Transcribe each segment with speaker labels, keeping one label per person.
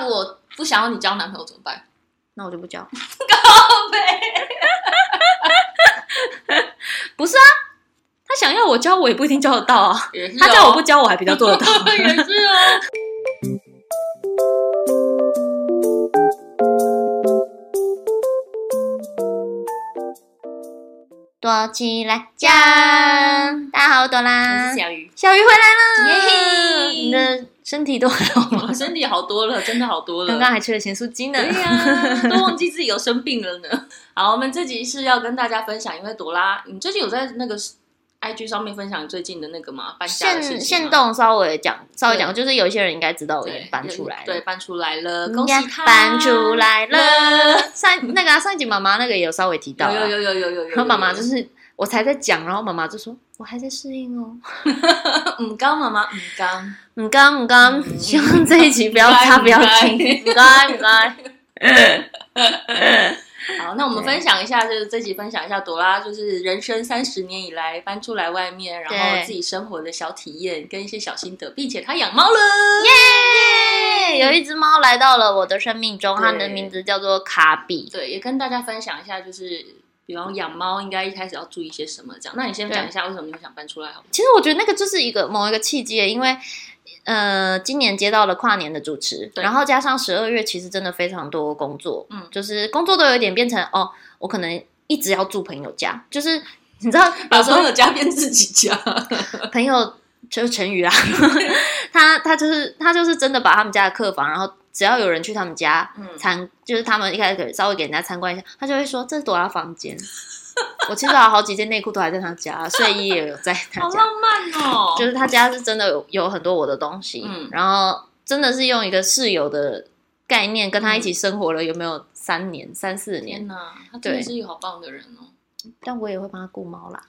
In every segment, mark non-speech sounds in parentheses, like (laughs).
Speaker 1: 如果不想要你交男朋友怎么办？
Speaker 2: 那我就不交。
Speaker 1: 宝贝，
Speaker 2: 不是啊，他想要我交，我也不一定交得到啊。
Speaker 1: 也是、哦。
Speaker 2: 他叫我不交，我还比较做得到。 (laughs)
Speaker 1: 也是哦。
Speaker 2: 躲起来讲，大家好，我朵
Speaker 1: 我
Speaker 2: 拉
Speaker 1: 是，小 (laughs) 鱼，
Speaker 2: 嗯小鱼回来了，呃
Speaker 1: 耶
Speaker 2: 你的身体都还好吗？
Speaker 1: 我身体好多了，真的好多了。
Speaker 2: 刚刚还吃了咸酥鸡呢。
Speaker 1: 对呀、都忘记自己有生病了呢。 (laughs) 好，我们这集是要跟大家分享，因为朵拉，你最近有在那个 IG 上面分享你最近的那个吗？搬家的事
Speaker 2: 现
Speaker 1: 情
Speaker 2: 现
Speaker 1: 吗。
Speaker 2: 动稍微讲，稍微讲，
Speaker 1: 对
Speaker 2: 就是有一些人应该知道我已
Speaker 1: 对
Speaker 2: 经，搬出来了，
Speaker 1: 对，搬出来了，
Speaker 2: 人
Speaker 1: 恭
Speaker 2: 家
Speaker 1: 喜他
Speaker 2: 搬出来了。上那个、啊、上一集妈妈那个也有稍微提到、啊，
Speaker 1: 有有有有有有有有，
Speaker 2: 然后妈妈就是我才在讲，然后妈妈就说我还在适应哦。 (laughs)
Speaker 1: 嗯，刚妈妈嗯刚，
Speaker 2: 唔该唔该，
Speaker 1: 嗯
Speaker 2: 希望这一集不要
Speaker 1: 唔该
Speaker 2: (laughs) 他不要
Speaker 1: 唔该
Speaker 2: 听，唔该唔该。
Speaker 1: 好，那我们分享一下，就是这集分享一下朵拉，就是人生三十年以来搬出来外面，然后
Speaker 2: 对
Speaker 1: 自己生活的小体验跟一些小心得，并且她养猫了，
Speaker 2: 耶！有一只猫来到了我的生命中，它的
Speaker 1: 对
Speaker 2: 名字叫做卡比。
Speaker 1: 对，也跟大家分享一下，就是比方养猫应该一开始要注意些什么这样。那你先讲一下为什么你会想搬出来好了？
Speaker 2: 其实我觉得那个就是一个某一个契机，因为呃，今年接到了跨年的主持，
Speaker 1: 对
Speaker 2: 然后加上十二月，其实真的非常多工作，
Speaker 1: 嗯
Speaker 2: 就是工作都有点变成哦，我可能一直要住朋友家，就是你知道，有时候
Speaker 1: 友家变自己家，
Speaker 2: 朋友就是陈
Speaker 1: (laughs)
Speaker 2: 宇啊，他他就是他就是真的把他们家的客房，然后只要有人去他们家
Speaker 1: 嗯，
Speaker 2: 参，就是他们一开始可以稍微给人家参观一下，他就会说这是朵拉房间。 (laughs) 我其实有好几件内裤都还在他家，睡衣也有在他
Speaker 1: (laughs) 好
Speaker 2: 家，
Speaker 1: 浪漫哦！
Speaker 2: 就是他家是真的有有很多我的东西，
Speaker 1: 嗯
Speaker 2: 然后真的是用一个室友的概念跟他一起
Speaker 1: 嗯
Speaker 2: 生活了，有没有三年、三四年
Speaker 1: 天？哪，他真的是一个好棒的人哦。
Speaker 2: 但我也会帮他顾猫啦。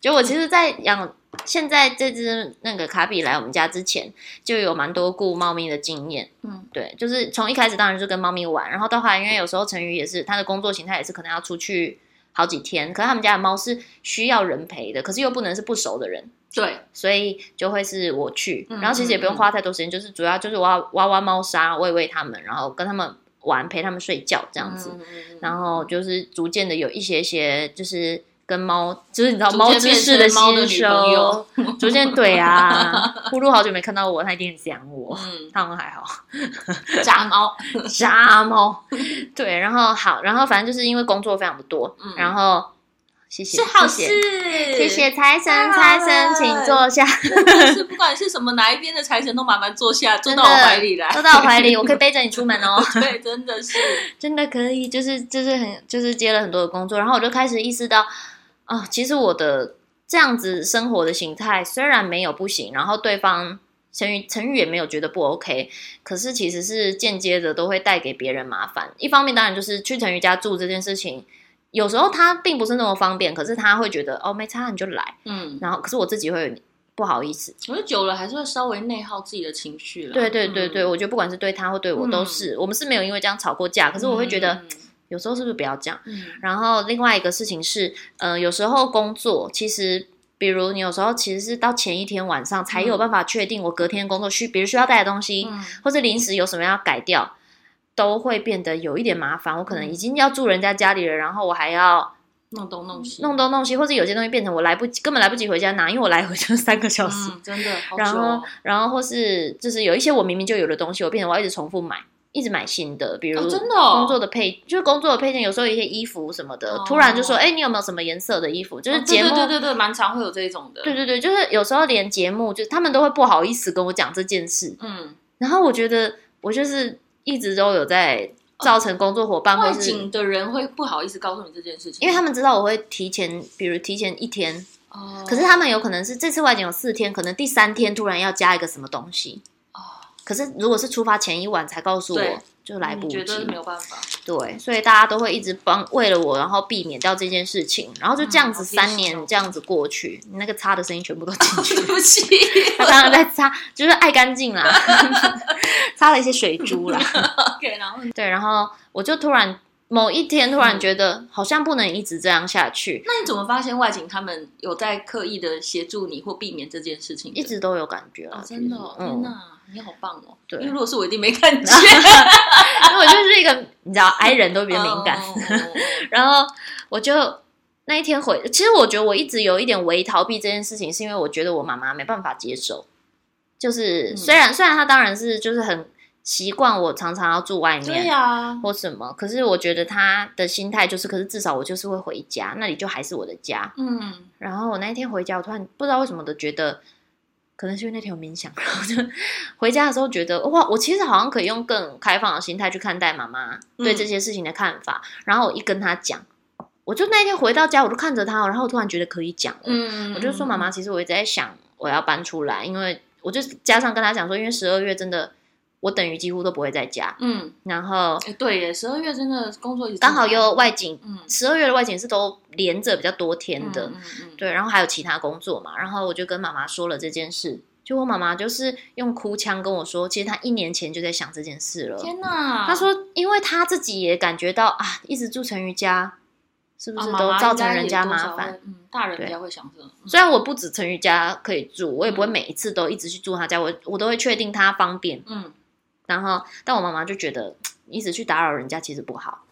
Speaker 2: 就我其实，在养现在这只那个卡比来我们家之前，就有蛮多顾猫咪的经验。
Speaker 1: 嗯，
Speaker 2: 对，就是从一开始当然就跟猫咪玩，然后到后来，因为有时候陈宇也是他的工作形态也是可能要出去好几天，可是他们家的猫是需要人陪的，可是又不能是不熟的人，
Speaker 1: 对，
Speaker 2: 所以就会是我去，
Speaker 1: 嗯
Speaker 2: 然后其实也不用
Speaker 1: 嗯嗯
Speaker 2: 花太多时间，就是主要就是挖挖挖猫砂，喂喂它们，然后跟它们玩，陪它们睡觉这
Speaker 1: 这
Speaker 2: 样子。
Speaker 1: 后
Speaker 2: 然后就是逐渐的有一些些，就是跟猫，就是你知道
Speaker 1: 逐渐
Speaker 2: 猫知识的吸
Speaker 1: 变成猫
Speaker 2: 收，逐渐对啊。呼噜好久没看到我，他一定很想我。
Speaker 1: 嗯，
Speaker 2: 他们
Speaker 1: (laughs)
Speaker 2: 还好，
Speaker 1: 渣猫，
Speaker 2: 傻猫。对，然后好，然后反正就是因为工作非常的多，
Speaker 1: 嗯
Speaker 2: 然后谢谢，
Speaker 1: 是好
Speaker 2: 谢
Speaker 1: 事
Speaker 2: 谢，，谢谢。财神，
Speaker 1: 太
Speaker 2: 财
Speaker 1: 好
Speaker 2: 神，
Speaker 1: 了
Speaker 2: 请坐下，
Speaker 1: 真的是不管是什么哪一边的财神，都麻烦坐下，坐到我
Speaker 2: 真的
Speaker 1: 怀里来，
Speaker 2: 坐到我怀里，我可以背着你出门 (laughs) 哦。
Speaker 1: 对，真的是，
Speaker 2: 真的可以，就是就是很就是接了很多的工作，然后我就开始意识到，哦，其实我的这样子生活的形态虽然没有不行，然后对方陈宇陈宇也没有觉得不 OK，可是其实是间接的都会带给别人麻烦。一方面当然就是去陈宇家住这件事情。有时候他并不是那么方便，可是他会觉得哦没差你就来，
Speaker 1: 嗯，
Speaker 2: 然后可是我自己会有点不好意思。
Speaker 1: 我觉得久了还是会稍微内耗自己的情绪了。
Speaker 2: 对对对
Speaker 1: 嗯
Speaker 2: 对，，我觉得不管是对他或对我都
Speaker 1: 嗯
Speaker 2: 是，我们是没有因为这样吵过架，可是我会觉得
Speaker 1: 嗯，
Speaker 2: 有时候是不是不要这样？
Speaker 1: 嗯
Speaker 2: 然后另外一个事情是，呃，有时候工作其实，比如你有时候其实是到前一天晚上才有办法确定我隔天工作需，比如需要带的东西，
Speaker 1: 嗯
Speaker 2: 或者临时有什么要改掉，都会变得有一点麻烦。我可能
Speaker 1: 嗯
Speaker 2: 已经要住人家家里了，然后我还要
Speaker 1: 弄东弄西，
Speaker 2: 弄东弄西，或者有些东西变成我来不及，根本来不及回家拿，因为我来回就 (laughs) 三个小时。
Speaker 1: 嗯，真的，好
Speaker 2: 然
Speaker 1: 久哦
Speaker 2: 后，然后或是就是有一些我明明就有的东西，我变成我要一直重复买，一直买新的，比如、
Speaker 1: 哦真的哦
Speaker 2: 工作的配，就是工作的配件，有时候有一些衣服什么的，
Speaker 1: 哦
Speaker 2: 突然就说，哎、你有没有什么颜色的衣服？就
Speaker 1: 哦
Speaker 2: 是
Speaker 1: 对
Speaker 2: 节目。
Speaker 1: 对对对对，蛮常会有这一种的，
Speaker 2: 对，对对就是有时候连节目，就他们都会不好意思跟我讲这件事。
Speaker 1: 嗯，
Speaker 2: 然后我觉得我就是一直都有在造成工作伙伴，
Speaker 1: 外
Speaker 2: 或是
Speaker 1: 景的人会不好意思告诉你这件事情，
Speaker 2: 因为他们知道我会提前，比如提前一天，
Speaker 1: 哦，
Speaker 2: 可是他们有可能是这次外景有四天，可能第三天突然要加一个什么东西。
Speaker 1: 哦，
Speaker 2: 可是如果是出发前一晚才告诉
Speaker 1: 对
Speaker 2: 我，就来不
Speaker 1: 嗯你
Speaker 2: 及
Speaker 1: 觉。得没有办法，
Speaker 2: (laughs) 对，所以大家都会一直帮为了我，然后避免掉这件事情，然后就这样
Speaker 1: 嗯
Speaker 2: 子
Speaker 1: 好贴心哦
Speaker 2: 三年这样子过去，你那个擦的声音全部都进去
Speaker 1: 对
Speaker 2: 了。
Speaker 1: 不起，
Speaker 2: 他当然在擦，就是爱干净啦， (laughs) 擦了一些水
Speaker 1: (laughs)
Speaker 2: 珠啦。
Speaker 1: OK，然
Speaker 2: (laughs)
Speaker 1: 后
Speaker 2: 对，然后我就突然某一天突然觉得好像不能一直这样下去，
Speaker 1: 嗯那你怎么发现外景他们有在刻意的协助你或避免这件事情的？
Speaker 2: 一直都有感觉啊
Speaker 1: 哦，真的
Speaker 2: 其实
Speaker 1: 哦，天
Speaker 2: (laughs) 嗯，
Speaker 1: 哪，你好棒哦！
Speaker 2: 对
Speaker 1: 因为如果是我，一定没感觉，
Speaker 2: 因啊为我就是一个你知道，I 人都比较敏感，
Speaker 1: 哦。哦
Speaker 2: (laughs)
Speaker 1: 哦哦
Speaker 2: 然后我就那一天回，其实我觉得我一直有一点微逃避这件事情，是因为我觉得我妈妈没办法接受。就是
Speaker 1: 嗯
Speaker 2: 虽然、虽然她当然是就是很习惯我常常要住外
Speaker 1: 对
Speaker 2: 面、
Speaker 1: 呀、
Speaker 2: 或什么，可是我觉得她的心态就是，可是至少我就是会回家，那里就还是我的家。
Speaker 1: 嗯，
Speaker 2: 然后我那一天回家，我突然不知道为什么的觉得，可能是因为那天有冥想，然后就回家的时候觉得，哇，我其实好像可以用更开放的心态去看待妈妈对
Speaker 1: 嗯
Speaker 2: 这些事情的看法。然后我一跟她讲，我就那一天回到家，我就看着她，然后我突然觉得可以讲了。
Speaker 1: 嗯，
Speaker 2: 我就说妈妈，其实我一直在想我要搬出来，因为我就加上跟她讲说，因为十二月真的我等于几乎都不会在家，
Speaker 1: 嗯，
Speaker 2: 然后
Speaker 1: 哎、对耶，十二月真的工作一直
Speaker 2: 刚好又外景，
Speaker 1: 嗯
Speaker 2: 十二月的外景是都连着比较多天的。
Speaker 1: 嗯嗯嗯
Speaker 2: 对，然后还有其他工作嘛，然后我就跟妈妈说了这件事，就我妈妈就是用哭腔跟我说，其实她一年前就在想这件事了。
Speaker 1: 天哪！
Speaker 2: 她说，因为她自己也感觉到啊，一直住成瑜伽，是不
Speaker 1: 啊
Speaker 2: 是
Speaker 1: 妈
Speaker 2: 都
Speaker 1: 妈
Speaker 2: 造
Speaker 1: 应
Speaker 2: 成
Speaker 1: 该
Speaker 2: 人
Speaker 1: 也
Speaker 2: 家
Speaker 1: 多
Speaker 2: 麻
Speaker 1: 少
Speaker 2: 烦？
Speaker 1: 会嗯，大人
Speaker 2: 对
Speaker 1: 比较会想这个，嗯
Speaker 2: 虽然我不止成瑜伽可以住，我也不会
Speaker 1: 嗯
Speaker 2: 每一次都一直去住她家，我我都会确定她方便。
Speaker 1: 嗯
Speaker 2: 然后，但我妈妈就觉得一直去打扰人家其实不好，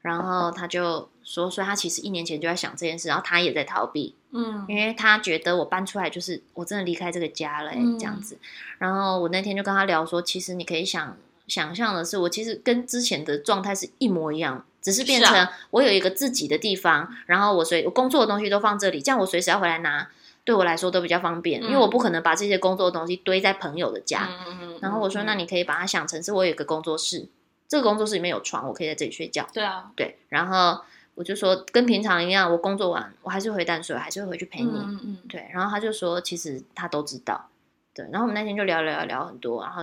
Speaker 2: 然后她就说，所以她其实一年前就在想这件事，然后她也在逃避。
Speaker 1: 嗯
Speaker 2: 因为他觉得我搬出来就是我真的离开这个家了、欸
Speaker 1: 嗯
Speaker 2: 这样子。然后我那天就跟他聊说，其实你可以想想象的是，我其实跟之前的状态是一模一样，只是变
Speaker 1: 是啊
Speaker 2: 成我有一个自己的地方，然后我随我工作的东西都放这里，这样我随时要回来拿，对我来说都比较方便，
Speaker 1: 嗯
Speaker 2: 因为我不可能把这些工作的东西堆在朋友的家。
Speaker 1: 嗯嗯嗯。
Speaker 2: 然后我说，
Speaker 1: 嗯
Speaker 2: 那你可以把它想成是我有一个工作室，这个工作室里面有床，我可以在这里睡觉。
Speaker 1: 对啊，
Speaker 2: 对，然后我就说跟平常一样，我工作完我还是回淡水，还是会回去陪你。
Speaker 1: 嗯嗯嗯，
Speaker 2: 对，然后他就说，其实他都知道，对。然后我们那天就聊聊聊很多，然后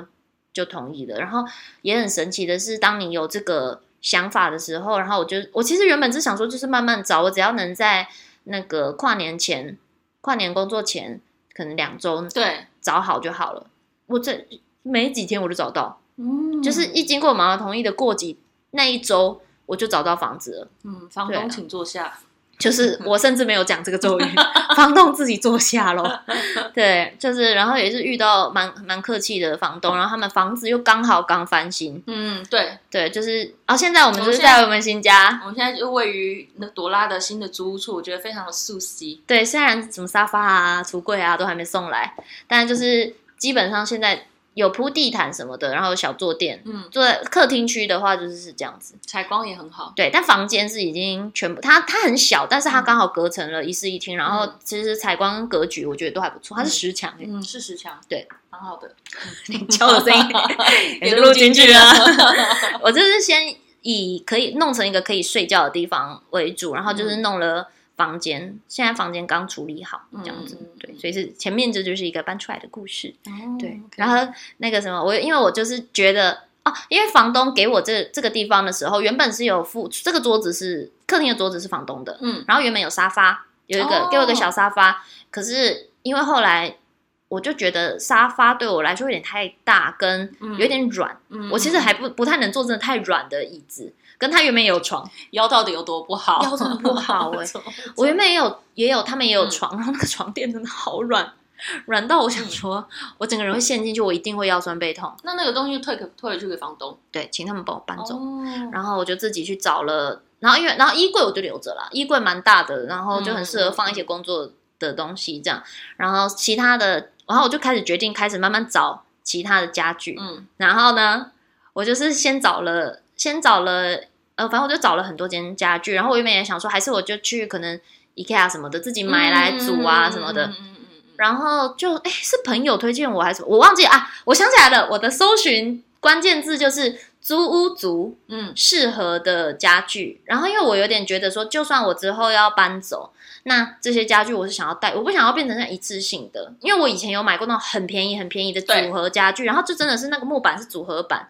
Speaker 2: 就同意了。然后也很神奇的是，当你有这个想法的时候，然后我就我其实原本是想说，就是慢慢找，我只要能在那个跨年前、跨年工作前，可能两周
Speaker 1: 对，
Speaker 2: 找好就好了。我这没几天我就找到，
Speaker 1: 嗯，
Speaker 2: 就是一经过妈妈同意的过几那一周，我就找到房子了。
Speaker 1: 嗯，房
Speaker 2: 对啊
Speaker 1: 东请坐下，
Speaker 2: 就是我甚至没有讲这个咒语， (laughs) 房东自己坐下咯。
Speaker 1: (laughs)
Speaker 2: 对，就是然后也是遇到蛮蛮客气的房东，然后他们房子又刚好刚翻新，
Speaker 1: 嗯，对，
Speaker 2: 对，就是哦，现在我们就是
Speaker 1: 我现
Speaker 2: 在
Speaker 1: 在
Speaker 2: 我们新家，
Speaker 1: 我们现在就位于那朵拉的新的租屋处，我觉得非常的熟悉，
Speaker 2: 对，虽然什么沙发啊、橱柜啊都还没送来，但就是基本上现在有铺地毯什么的，然后有小坐垫。
Speaker 1: 嗯，
Speaker 2: 坐在客厅区的话，就是是这样子，
Speaker 1: 采光也很好，
Speaker 2: 对。但房间是已经全部，它它很小，但是它刚好隔成了一室一厅，然后
Speaker 1: 嗯
Speaker 2: 其实采光跟格局我觉得都还不错，它
Speaker 1: 嗯
Speaker 2: 是十强欸
Speaker 1: 嗯，是十强，
Speaker 2: 对，
Speaker 1: 蛮好的，
Speaker 2: 你敲的 (laughs) 声音也是录进去啊了。 (laughs) 我就是先以可以弄成一个可以睡觉的地方为主，然后就是弄了房间，现在房间刚处理好，这样子。
Speaker 1: 嗯嗯嗯
Speaker 2: 对，所以是前面这就是一个搬出来的故事。对，
Speaker 1: 哦，OK
Speaker 2: 然后那个什么，我因为我就是觉得。哦，因为房东给我这这个地方的时候，原本是有附这个桌子是客厅的桌子是房东的，
Speaker 1: 嗯
Speaker 2: 然后原本有沙发，有一个、
Speaker 1: 哦
Speaker 2: 给我一个小沙发，可是因为后来我就觉得沙发对我来说有点太大，跟
Speaker 1: 嗯
Speaker 2: 有点软，
Speaker 1: 嗯，
Speaker 2: 我其实还不不太能坐真的太软的椅子，跟他原本也有床，
Speaker 1: 腰到底有多不好，
Speaker 2: 腰真的不
Speaker 1: (laughs)
Speaker 2: 好哎、
Speaker 1: 怎么
Speaker 2: 我原本也有也有他们
Speaker 1: 嗯
Speaker 2: 也有床，然后那个床垫真的好软。软到我想说，我整个人会陷进去，我一定会腰酸背痛。
Speaker 1: 那那个东西退给退回去给房东，
Speaker 2: 对，请他们帮我搬走。
Speaker 1: 哦
Speaker 2: 然后我就自己去找了，然后因为然后衣柜我就留着了，衣柜蛮大的，然后就很
Speaker 1: 嗯
Speaker 2: 适合放一些工作的东西这样。然后其他的，然后我就开始决定开始慢慢找其他的家具。
Speaker 1: 嗯
Speaker 2: 然后呢，我就是先找了，先找了，呃，反正我就找了很多间家具。然后我原本也想说，还是我就去可能 IKEA 什么的自己买来组啊什么的。
Speaker 1: 嗯嗯嗯嗯嗯，
Speaker 2: 然后就哎，是朋友推荐我还是什么我忘记啊？我想起来了，我的搜寻关键字就是租屋族。
Speaker 1: 嗯
Speaker 2: 适合的家具。然后，因为我有点觉得说，就算我之后要搬走，那这些家具我是想要带，我不想要变成像一次性的。因为我以前有买过那种很便宜、很便宜的
Speaker 1: 对
Speaker 2: 组合家具，然后就真的是那个木板是组合板，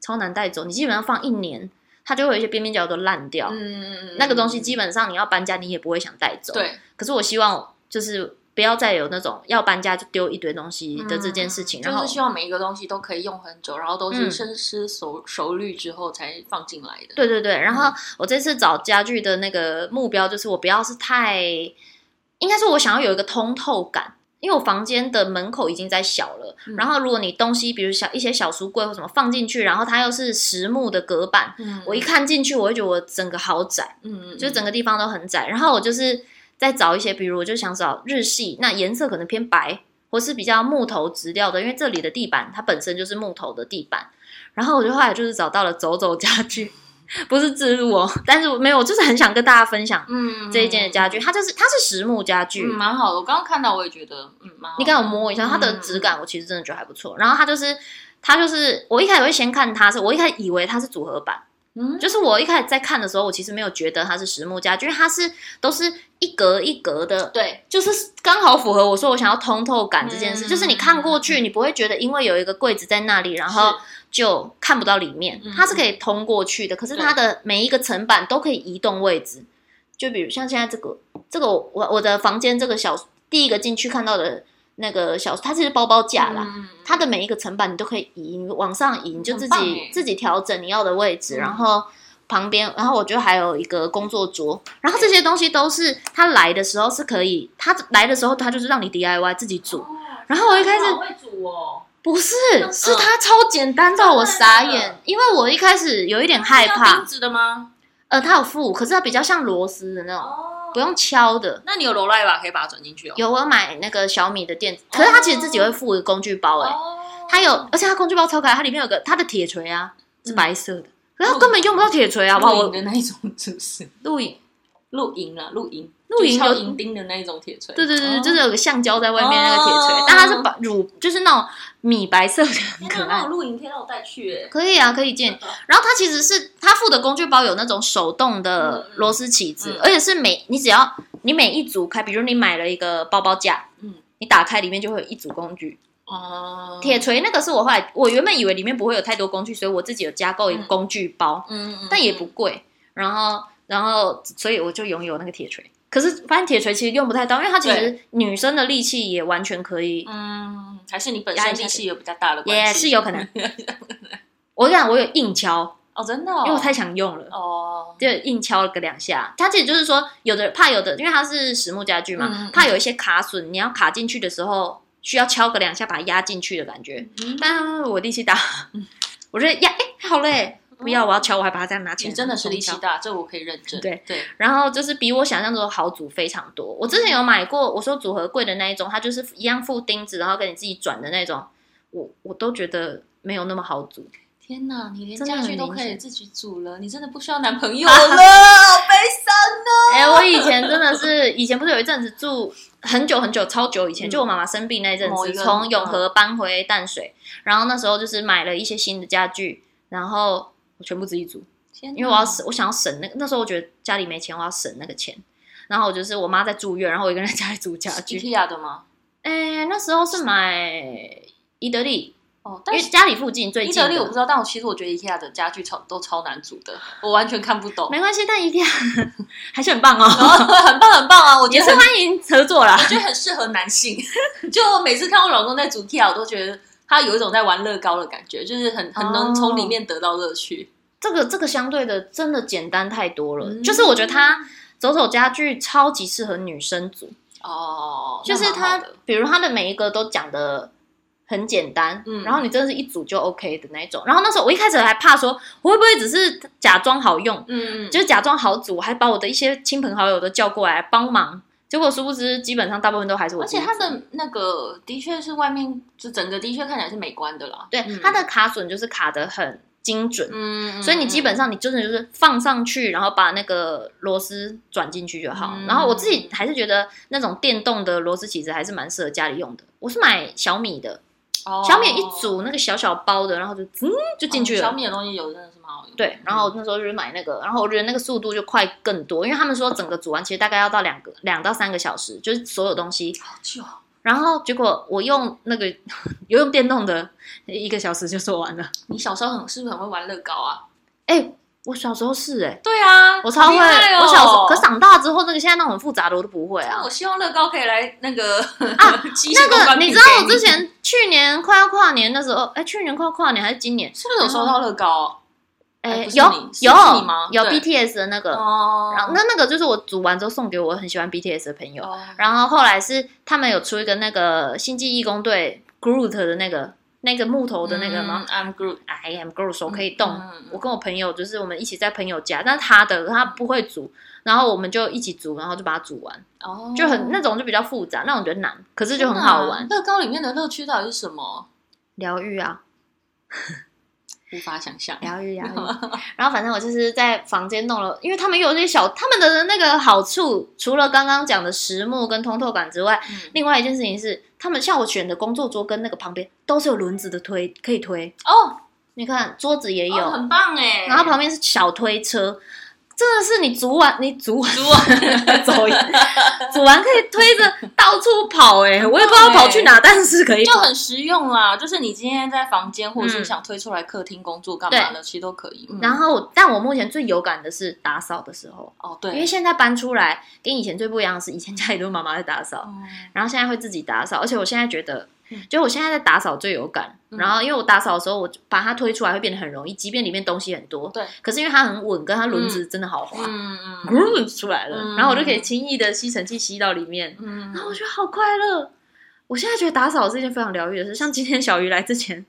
Speaker 2: 超难带走。你基本上放一年，它就会有一些边边角角都烂掉。
Speaker 1: 嗯嗯嗯，
Speaker 2: 那个东西基本上你要搬家，你也不会想带走。，
Speaker 1: 对
Speaker 2: 可是我希望就是。不要再有那种要搬家就丢一堆东西的这件事情，
Speaker 1: 嗯
Speaker 2: 然后
Speaker 1: 就是希望每一个东西都可以用很久，然后都是
Speaker 2: 嗯
Speaker 1: 深思熟熟虑之后才放进来的。
Speaker 2: 对对对，然
Speaker 1: 嗯
Speaker 2: 后我这次找家具的那个目标就是，我不要是太，应该说我想要有一个通透感，因为我房间的门口已经在小了，
Speaker 1: 嗯
Speaker 2: 然后如果你东西，比如小一些小书柜或什么放进去，然后它又是实木的隔板，
Speaker 1: 嗯
Speaker 2: 我一看进去，我会觉得我整个好窄。
Speaker 1: 嗯嗯
Speaker 2: 就整个地方都很窄。然后我就是再找一些，比如我就想找日系，那颜色可能偏白，或是比较木头质料的，因为这里的地板它本身就是木头的地板。然后我就后来就是找到了走走家具，不是自入哦，但是我没有，我就是很想跟大家分享
Speaker 1: 嗯
Speaker 2: 这一件的家具，它就是它是实木家具。
Speaker 1: 嗯蛮好的，我刚刚看到我也觉得嗯蛮好的。
Speaker 2: 你刚我摸一下，它的
Speaker 1: 嗯
Speaker 2: 质感我其实真的觉得还不错。然后它就是，它就是我一开始会先看它是，我一开始以为它是组合版，
Speaker 1: 嗯
Speaker 2: 就是我一开始在看的时候，我其实没有觉得它是实木家具，因为它是都是一格一格的，
Speaker 1: 对
Speaker 2: 就是刚好符合我说我想要通透感这件事。
Speaker 1: 嗯
Speaker 2: 就是你看过去，你不会觉得因为有一个柜子在那里，然后就看不到里面
Speaker 1: 嗯，
Speaker 2: 它是可以通过去的。可是它的每一个层板都可以移动位置，就比如像现在这个，这个我我我的房间这个小第一个进去看到的那个小，它是包包架啦，
Speaker 1: 嗯
Speaker 2: 它的每一个层板你都可以移，你往上移，你就自
Speaker 1: 很棒
Speaker 2: 己
Speaker 1: 欸
Speaker 2: 自己调整你要的位置，
Speaker 1: 嗯
Speaker 2: 然后旁边，然后我觉得还有一个工作桌，然后这些东西都是他来的时候是可以，他来的时候他就是让你 DIY 自己组，
Speaker 1: 哦
Speaker 2: 然后我一开始
Speaker 1: 他好会煮哦，
Speaker 2: 不是，
Speaker 1: 嗯
Speaker 2: 是他超简单到我傻
Speaker 1: 真的
Speaker 2: 眼，因为我一开始有一点害
Speaker 1: 是要
Speaker 2: 怕
Speaker 1: 钉，子的吗？
Speaker 2: 呃，它有附，可是它比较像螺丝的那种，
Speaker 1: 哦
Speaker 2: 不用敲的。
Speaker 1: 那你有罗赖吧？可以把它转进去哦。
Speaker 2: 有我有买那个小米的电子，可是它其实自己会附一个工具包、欸，
Speaker 1: 哦嗯
Speaker 2: 它有，而且它工具包超可爱，它里面有个它的铁锤啊，是白色的，可是它根本用不到铁锤啊，好不好？
Speaker 1: 露营
Speaker 2: 我
Speaker 1: 的那一种，是不是？
Speaker 2: 露营，
Speaker 1: 露营啦，露营，
Speaker 2: 露营
Speaker 1: 就敲
Speaker 2: 有
Speaker 1: 银钉的那一种铁锤。
Speaker 2: 对对对，对
Speaker 1: 哦
Speaker 2: 就是有个橡胶在外面那个铁锤
Speaker 1: 哦，
Speaker 2: 但它是把乳，就是那种米白色的，
Speaker 1: 天
Speaker 2: 很可
Speaker 1: 哪，那
Speaker 2: 爱
Speaker 1: 种。露营可以让我带去哎。
Speaker 2: 可以啊，可以见。然后它其实是它附的工具包有那种手动的
Speaker 1: 嗯嗯
Speaker 2: 螺丝起子，
Speaker 1: 嗯
Speaker 2: 而且是每你只要你每一组开，比如你买了一个包包架，
Speaker 1: 嗯
Speaker 2: 你打开里面就会有一组工具。
Speaker 1: 哦，
Speaker 2: 铁锤那个是我后来我原本以为里面不会有太多工具，所以我自己有加购一个
Speaker 1: 嗯
Speaker 2: 工具包，
Speaker 1: 嗯，嗯，嗯
Speaker 2: 但也不贵。然后，然后，所以我就拥有那个铁锤。可是发现铁锤其实用不太到，因为它其实女生的力气也完全可以，
Speaker 1: 嗯，还是你本
Speaker 2: 压
Speaker 1: 身
Speaker 2: 一下
Speaker 1: 力气有比较大的关系，
Speaker 2: 也是有可能。我讲我有硬敲，
Speaker 1: (laughs) 哦，真的哦，
Speaker 2: 因为我太想用了，
Speaker 1: 哦，
Speaker 2: 就硬敲了个两下。它其实就是说，有的怕有的，因为它是实木家具嘛，
Speaker 1: 嗯嗯嗯
Speaker 2: 怕有一些卡榫，你要卡进去的时候需要敲个两下把它压进去的感觉。
Speaker 1: 嗯
Speaker 2: 但我力气大，我觉得压哎、好嘞，不要我要敲，我还把它这样拿起来，
Speaker 1: 嗯你真的是力气
Speaker 2: 重敲
Speaker 1: 大，这我可以认证。
Speaker 2: 对
Speaker 1: 对，
Speaker 2: 然后就是比我想象中的好组非常多。我之前有买过，我说组合柜的那一种，它就是一样附钉子，然后跟你自己转的那种，我我都觉得没有那么好组。
Speaker 1: 天哪，你连
Speaker 2: 真的
Speaker 1: 家
Speaker 2: 很
Speaker 1: 具都
Speaker 2: 明
Speaker 1: 可以
Speaker 2: 显
Speaker 1: 自己煮了，你真的不需要男朋友了，好悲伤。
Speaker 2: 哎、我以前真的是，以前不是有一阵子住很久很久，超久以前，
Speaker 1: 嗯
Speaker 2: 就我妈妈生病那一阵
Speaker 1: 某
Speaker 2: 子，
Speaker 1: 一个嗯
Speaker 2: 从永和搬回淡水，然后那时候就是买了一些新的家具，然后我全部自己组。
Speaker 1: 天哪，
Speaker 2: 因为我要省，我想要省那个。那时候我觉得家里没钱，我要省那个钱。然后我就是我妈在住院，然后我一个人在家里煮家具。
Speaker 1: IKEA 的吗？
Speaker 2: 哎、那时候是买伊德利，
Speaker 1: 哦，
Speaker 2: 因
Speaker 1: 但
Speaker 2: 为
Speaker 1: 是
Speaker 2: 家里附近最
Speaker 1: 伊
Speaker 2: 近
Speaker 1: 德利我不
Speaker 2: 的。
Speaker 1: 知道，但我其实我觉得 IKEA 的家具超都超难煮 (laughs) 的，我完全看不懂。
Speaker 2: 没关系，但一定还是很棒
Speaker 1: (laughs)
Speaker 2: 哦，
Speaker 1: 哦，很棒很棒啊！我觉
Speaker 2: 也
Speaker 1: 得
Speaker 2: 是
Speaker 1: 很，
Speaker 2: 欢迎合作啦。
Speaker 1: 我觉得很适合男性。 (laughs) 就我每次看我老公在煮 IKEA，我都觉得他有一种在玩乐高的感觉，就是很很能从里面得到乐趣。
Speaker 2: (laughs) 这个这个相对的真的简单太多了，
Speaker 1: 嗯
Speaker 2: 就是我觉得它走走家具超级适合女生组，
Speaker 1: 哦，
Speaker 2: 就
Speaker 1: 那
Speaker 2: 是
Speaker 1: 蛮好
Speaker 2: 它
Speaker 1: 的
Speaker 2: 比如它的每一个都讲的。很简单，
Speaker 1: 嗯
Speaker 2: 然后你真的是一组就 OK 的那一种。然后那时候我一开始还怕说，我会不会只是假装好用，
Speaker 1: 嗯，
Speaker 2: 就是假装好组，我还把我的一些亲朋好友都叫过来帮忙。结果殊不知，基本上大部分都还是我
Speaker 1: 而
Speaker 2: 自己
Speaker 1: 且
Speaker 2: 组。
Speaker 1: 它的那个的确是外面就整个的确看起来是美观的啦。
Speaker 2: 对、
Speaker 1: 嗯
Speaker 2: 它的卡榫就是卡的很精准，
Speaker 1: 嗯，
Speaker 2: 所以你基本上你真的就是放上去，然后把那个螺丝转进去就好。
Speaker 1: 嗯
Speaker 2: 然后我自己还是觉得那种电动的螺丝起子还是蛮适合家里用的。我是买小米的，
Speaker 1: 哦
Speaker 2: 小米有一组那个小小包的，然后就嗯就进
Speaker 1: 哦
Speaker 2: 去了。
Speaker 1: 小米的东西有真的是蛮好用的。
Speaker 2: 对，然后那时候就是买那个，然后我觉得那个速度就快更多，因为他们说整个煮完其实大概要到两个两到三个小时，就是所有东西。
Speaker 1: 好久哦
Speaker 2: 然后结果我用那个 (laughs) 有用电动的，一个小时就做完了。
Speaker 1: 你小时候很是不是很会玩乐高啊？
Speaker 2: 哎、我小时候是哎、
Speaker 1: 对啊，
Speaker 2: 我超会，
Speaker 1: 好厉害哦
Speaker 2: 我小时候可长大之后那个现在那种很复杂的我都不会
Speaker 1: 那
Speaker 2: 啊
Speaker 1: 我。希望乐高可以来那个
Speaker 2: 啊
Speaker 1: (laughs) 机器
Speaker 2: 那
Speaker 1: 公
Speaker 2: 个
Speaker 1: 关
Speaker 2: 你
Speaker 1: 品
Speaker 2: 知道
Speaker 1: 给
Speaker 2: 我之前去年快要跨年的时候，哎、去年快要跨年还是今年？
Speaker 1: 是不是有收到乐高？哎
Speaker 2: 哎，
Speaker 1: 不是
Speaker 2: 有
Speaker 1: 你是
Speaker 2: 有
Speaker 1: 是你吗
Speaker 2: 有
Speaker 1: 对
Speaker 2: BTS 的那个，
Speaker 1: 哦，
Speaker 2: 然后那那个就是我组完之后送给我很喜欢 BTS 的朋友，
Speaker 1: 哦
Speaker 2: 然后后来是他们有出一个那个星际义工队 Groot 的那个那个木头的那个吗、
Speaker 1: 嗯？I'm Groot，
Speaker 2: i am Groot 手可以动。
Speaker 1: 嗯嗯嗯
Speaker 2: 我跟我朋友就是我们一起在朋友家，但他的他不会煮，然后我们就一起煮，然后就把它煮完，
Speaker 1: 哦，
Speaker 2: 就很那种就比较复杂，那种觉得难，可是就很好玩
Speaker 1: 天，哪乐高里面的乐趣到底是什么？
Speaker 2: 疗愈啊，
Speaker 1: 无法想象。
Speaker 2: 疗愈
Speaker 1: (laughs)
Speaker 2: 疗愈。然后反正我就是在房间弄了，因为他们有那些小他们的那个好处，除了刚刚讲的实木跟通透感之外，
Speaker 1: 嗯
Speaker 2: 另外一件事情是，他们像我选的工作桌跟那个旁边都是有轮子的推，可以推。
Speaker 1: 哦，
Speaker 2: 你看桌子也有，
Speaker 1: 哦很棒哎。
Speaker 2: 然后旁边是小推车，真的是你煮完你煮完
Speaker 1: 猪啊，
Speaker 2: 走
Speaker 1: (laughs)
Speaker 2: 一，煮完可以推着到处跑哎、我也不知道跑去哪，但是可以
Speaker 1: 就
Speaker 2: 跑。
Speaker 1: 很实用啦。就是你今天在房间，或者是想推出来客厅工作干嘛的，其实都可以。嗯
Speaker 2: 嗯然后我，但我目前最有感的是打扫的时候，
Speaker 1: 哦，
Speaker 2: 因为
Speaker 1: 对，
Speaker 2: 现在搬出来跟以前最不一样的是，以前家里都是妈妈在打扫，
Speaker 1: 嗯
Speaker 2: 然后现在会自己打扫，而且我现在觉得
Speaker 1: 嗯，
Speaker 2: 就我现在在打扫最有感。
Speaker 1: 嗯
Speaker 2: 然后因为我打扫的时候，我把它推出来会变得很容易，即便里面东西很多，
Speaker 1: 对，
Speaker 2: 可是因为它很稳，跟它轮子真的好滑，
Speaker 1: 嗯嗯
Speaker 2: 噜、出来了，
Speaker 1: 嗯
Speaker 2: 然后我就可以轻易的吸尘器吸到里面，
Speaker 1: 嗯
Speaker 2: 然后我觉得好快乐。我现在觉得打扫是一件非常疗愈的事，像今天小鱼来之前，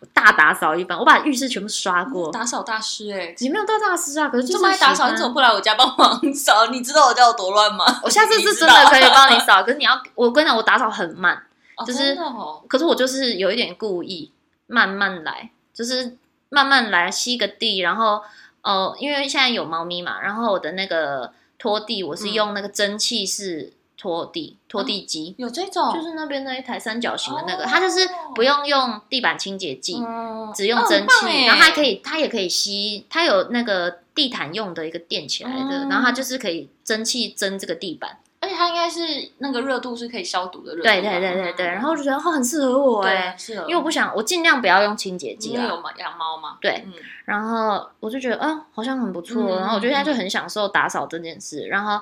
Speaker 2: 我大打扫一番，我把浴室全部刷过，
Speaker 1: 嗯打扫大师哎。
Speaker 2: 也没有到大师啊，可是就
Speaker 1: 这
Speaker 2: 是
Speaker 1: 么爱打扫，
Speaker 2: 喜欢
Speaker 1: 你怎么不来我家帮忙扫？ (laughs) 你知道我家有多乱吗？
Speaker 2: 我下次
Speaker 1: (laughs) 你
Speaker 2: 是
Speaker 1: 知
Speaker 2: 真
Speaker 1: 道
Speaker 2: 的可以帮你扫，可是你要，我跟你讲，我打扫很慢，
Speaker 1: 哦
Speaker 2: 就是
Speaker 1: 真的哦，
Speaker 2: 可是我就是有一点故意，慢慢来，就是慢慢来吸个地，然后呃，因为现在有猫咪嘛，然后我的那个拖地我是
Speaker 1: 嗯
Speaker 2: 用那个蒸汽式拖地、拖地机，
Speaker 1: 有这种，
Speaker 2: 就是那边那一台三角形的那
Speaker 1: 嗯
Speaker 2: 个，
Speaker 1: 哦
Speaker 2: 它就是不用用地板清洁剂。
Speaker 1: 嗯
Speaker 2: 只用
Speaker 1: 哦
Speaker 2: 蒸
Speaker 1: 很
Speaker 2: 汽，
Speaker 1: 棒耶
Speaker 2: 然后它可以，它也可以吸，它有那个地毯用的一个垫起来的，
Speaker 1: 嗯
Speaker 2: 然后它就是可以蒸汽蒸这个地板，
Speaker 1: 而且它应该是那个热度是可以消毒的热度吧，
Speaker 2: 对对对对对，
Speaker 1: 嗯
Speaker 2: 然后我就觉得哦，很适合我
Speaker 1: 对啊
Speaker 2: 哎，
Speaker 1: 是的，
Speaker 2: 因为我不想，我尽量不要用清洁
Speaker 1: 因
Speaker 2: 剂
Speaker 1: 为
Speaker 2: 啦，
Speaker 1: 有猫养猫嘛，
Speaker 2: 啊对，
Speaker 1: 嗯，
Speaker 2: 然后我就觉得，啊，好像很不错。
Speaker 1: 嗯
Speaker 2: 然后我就现在就很享受打扫这件事。然后，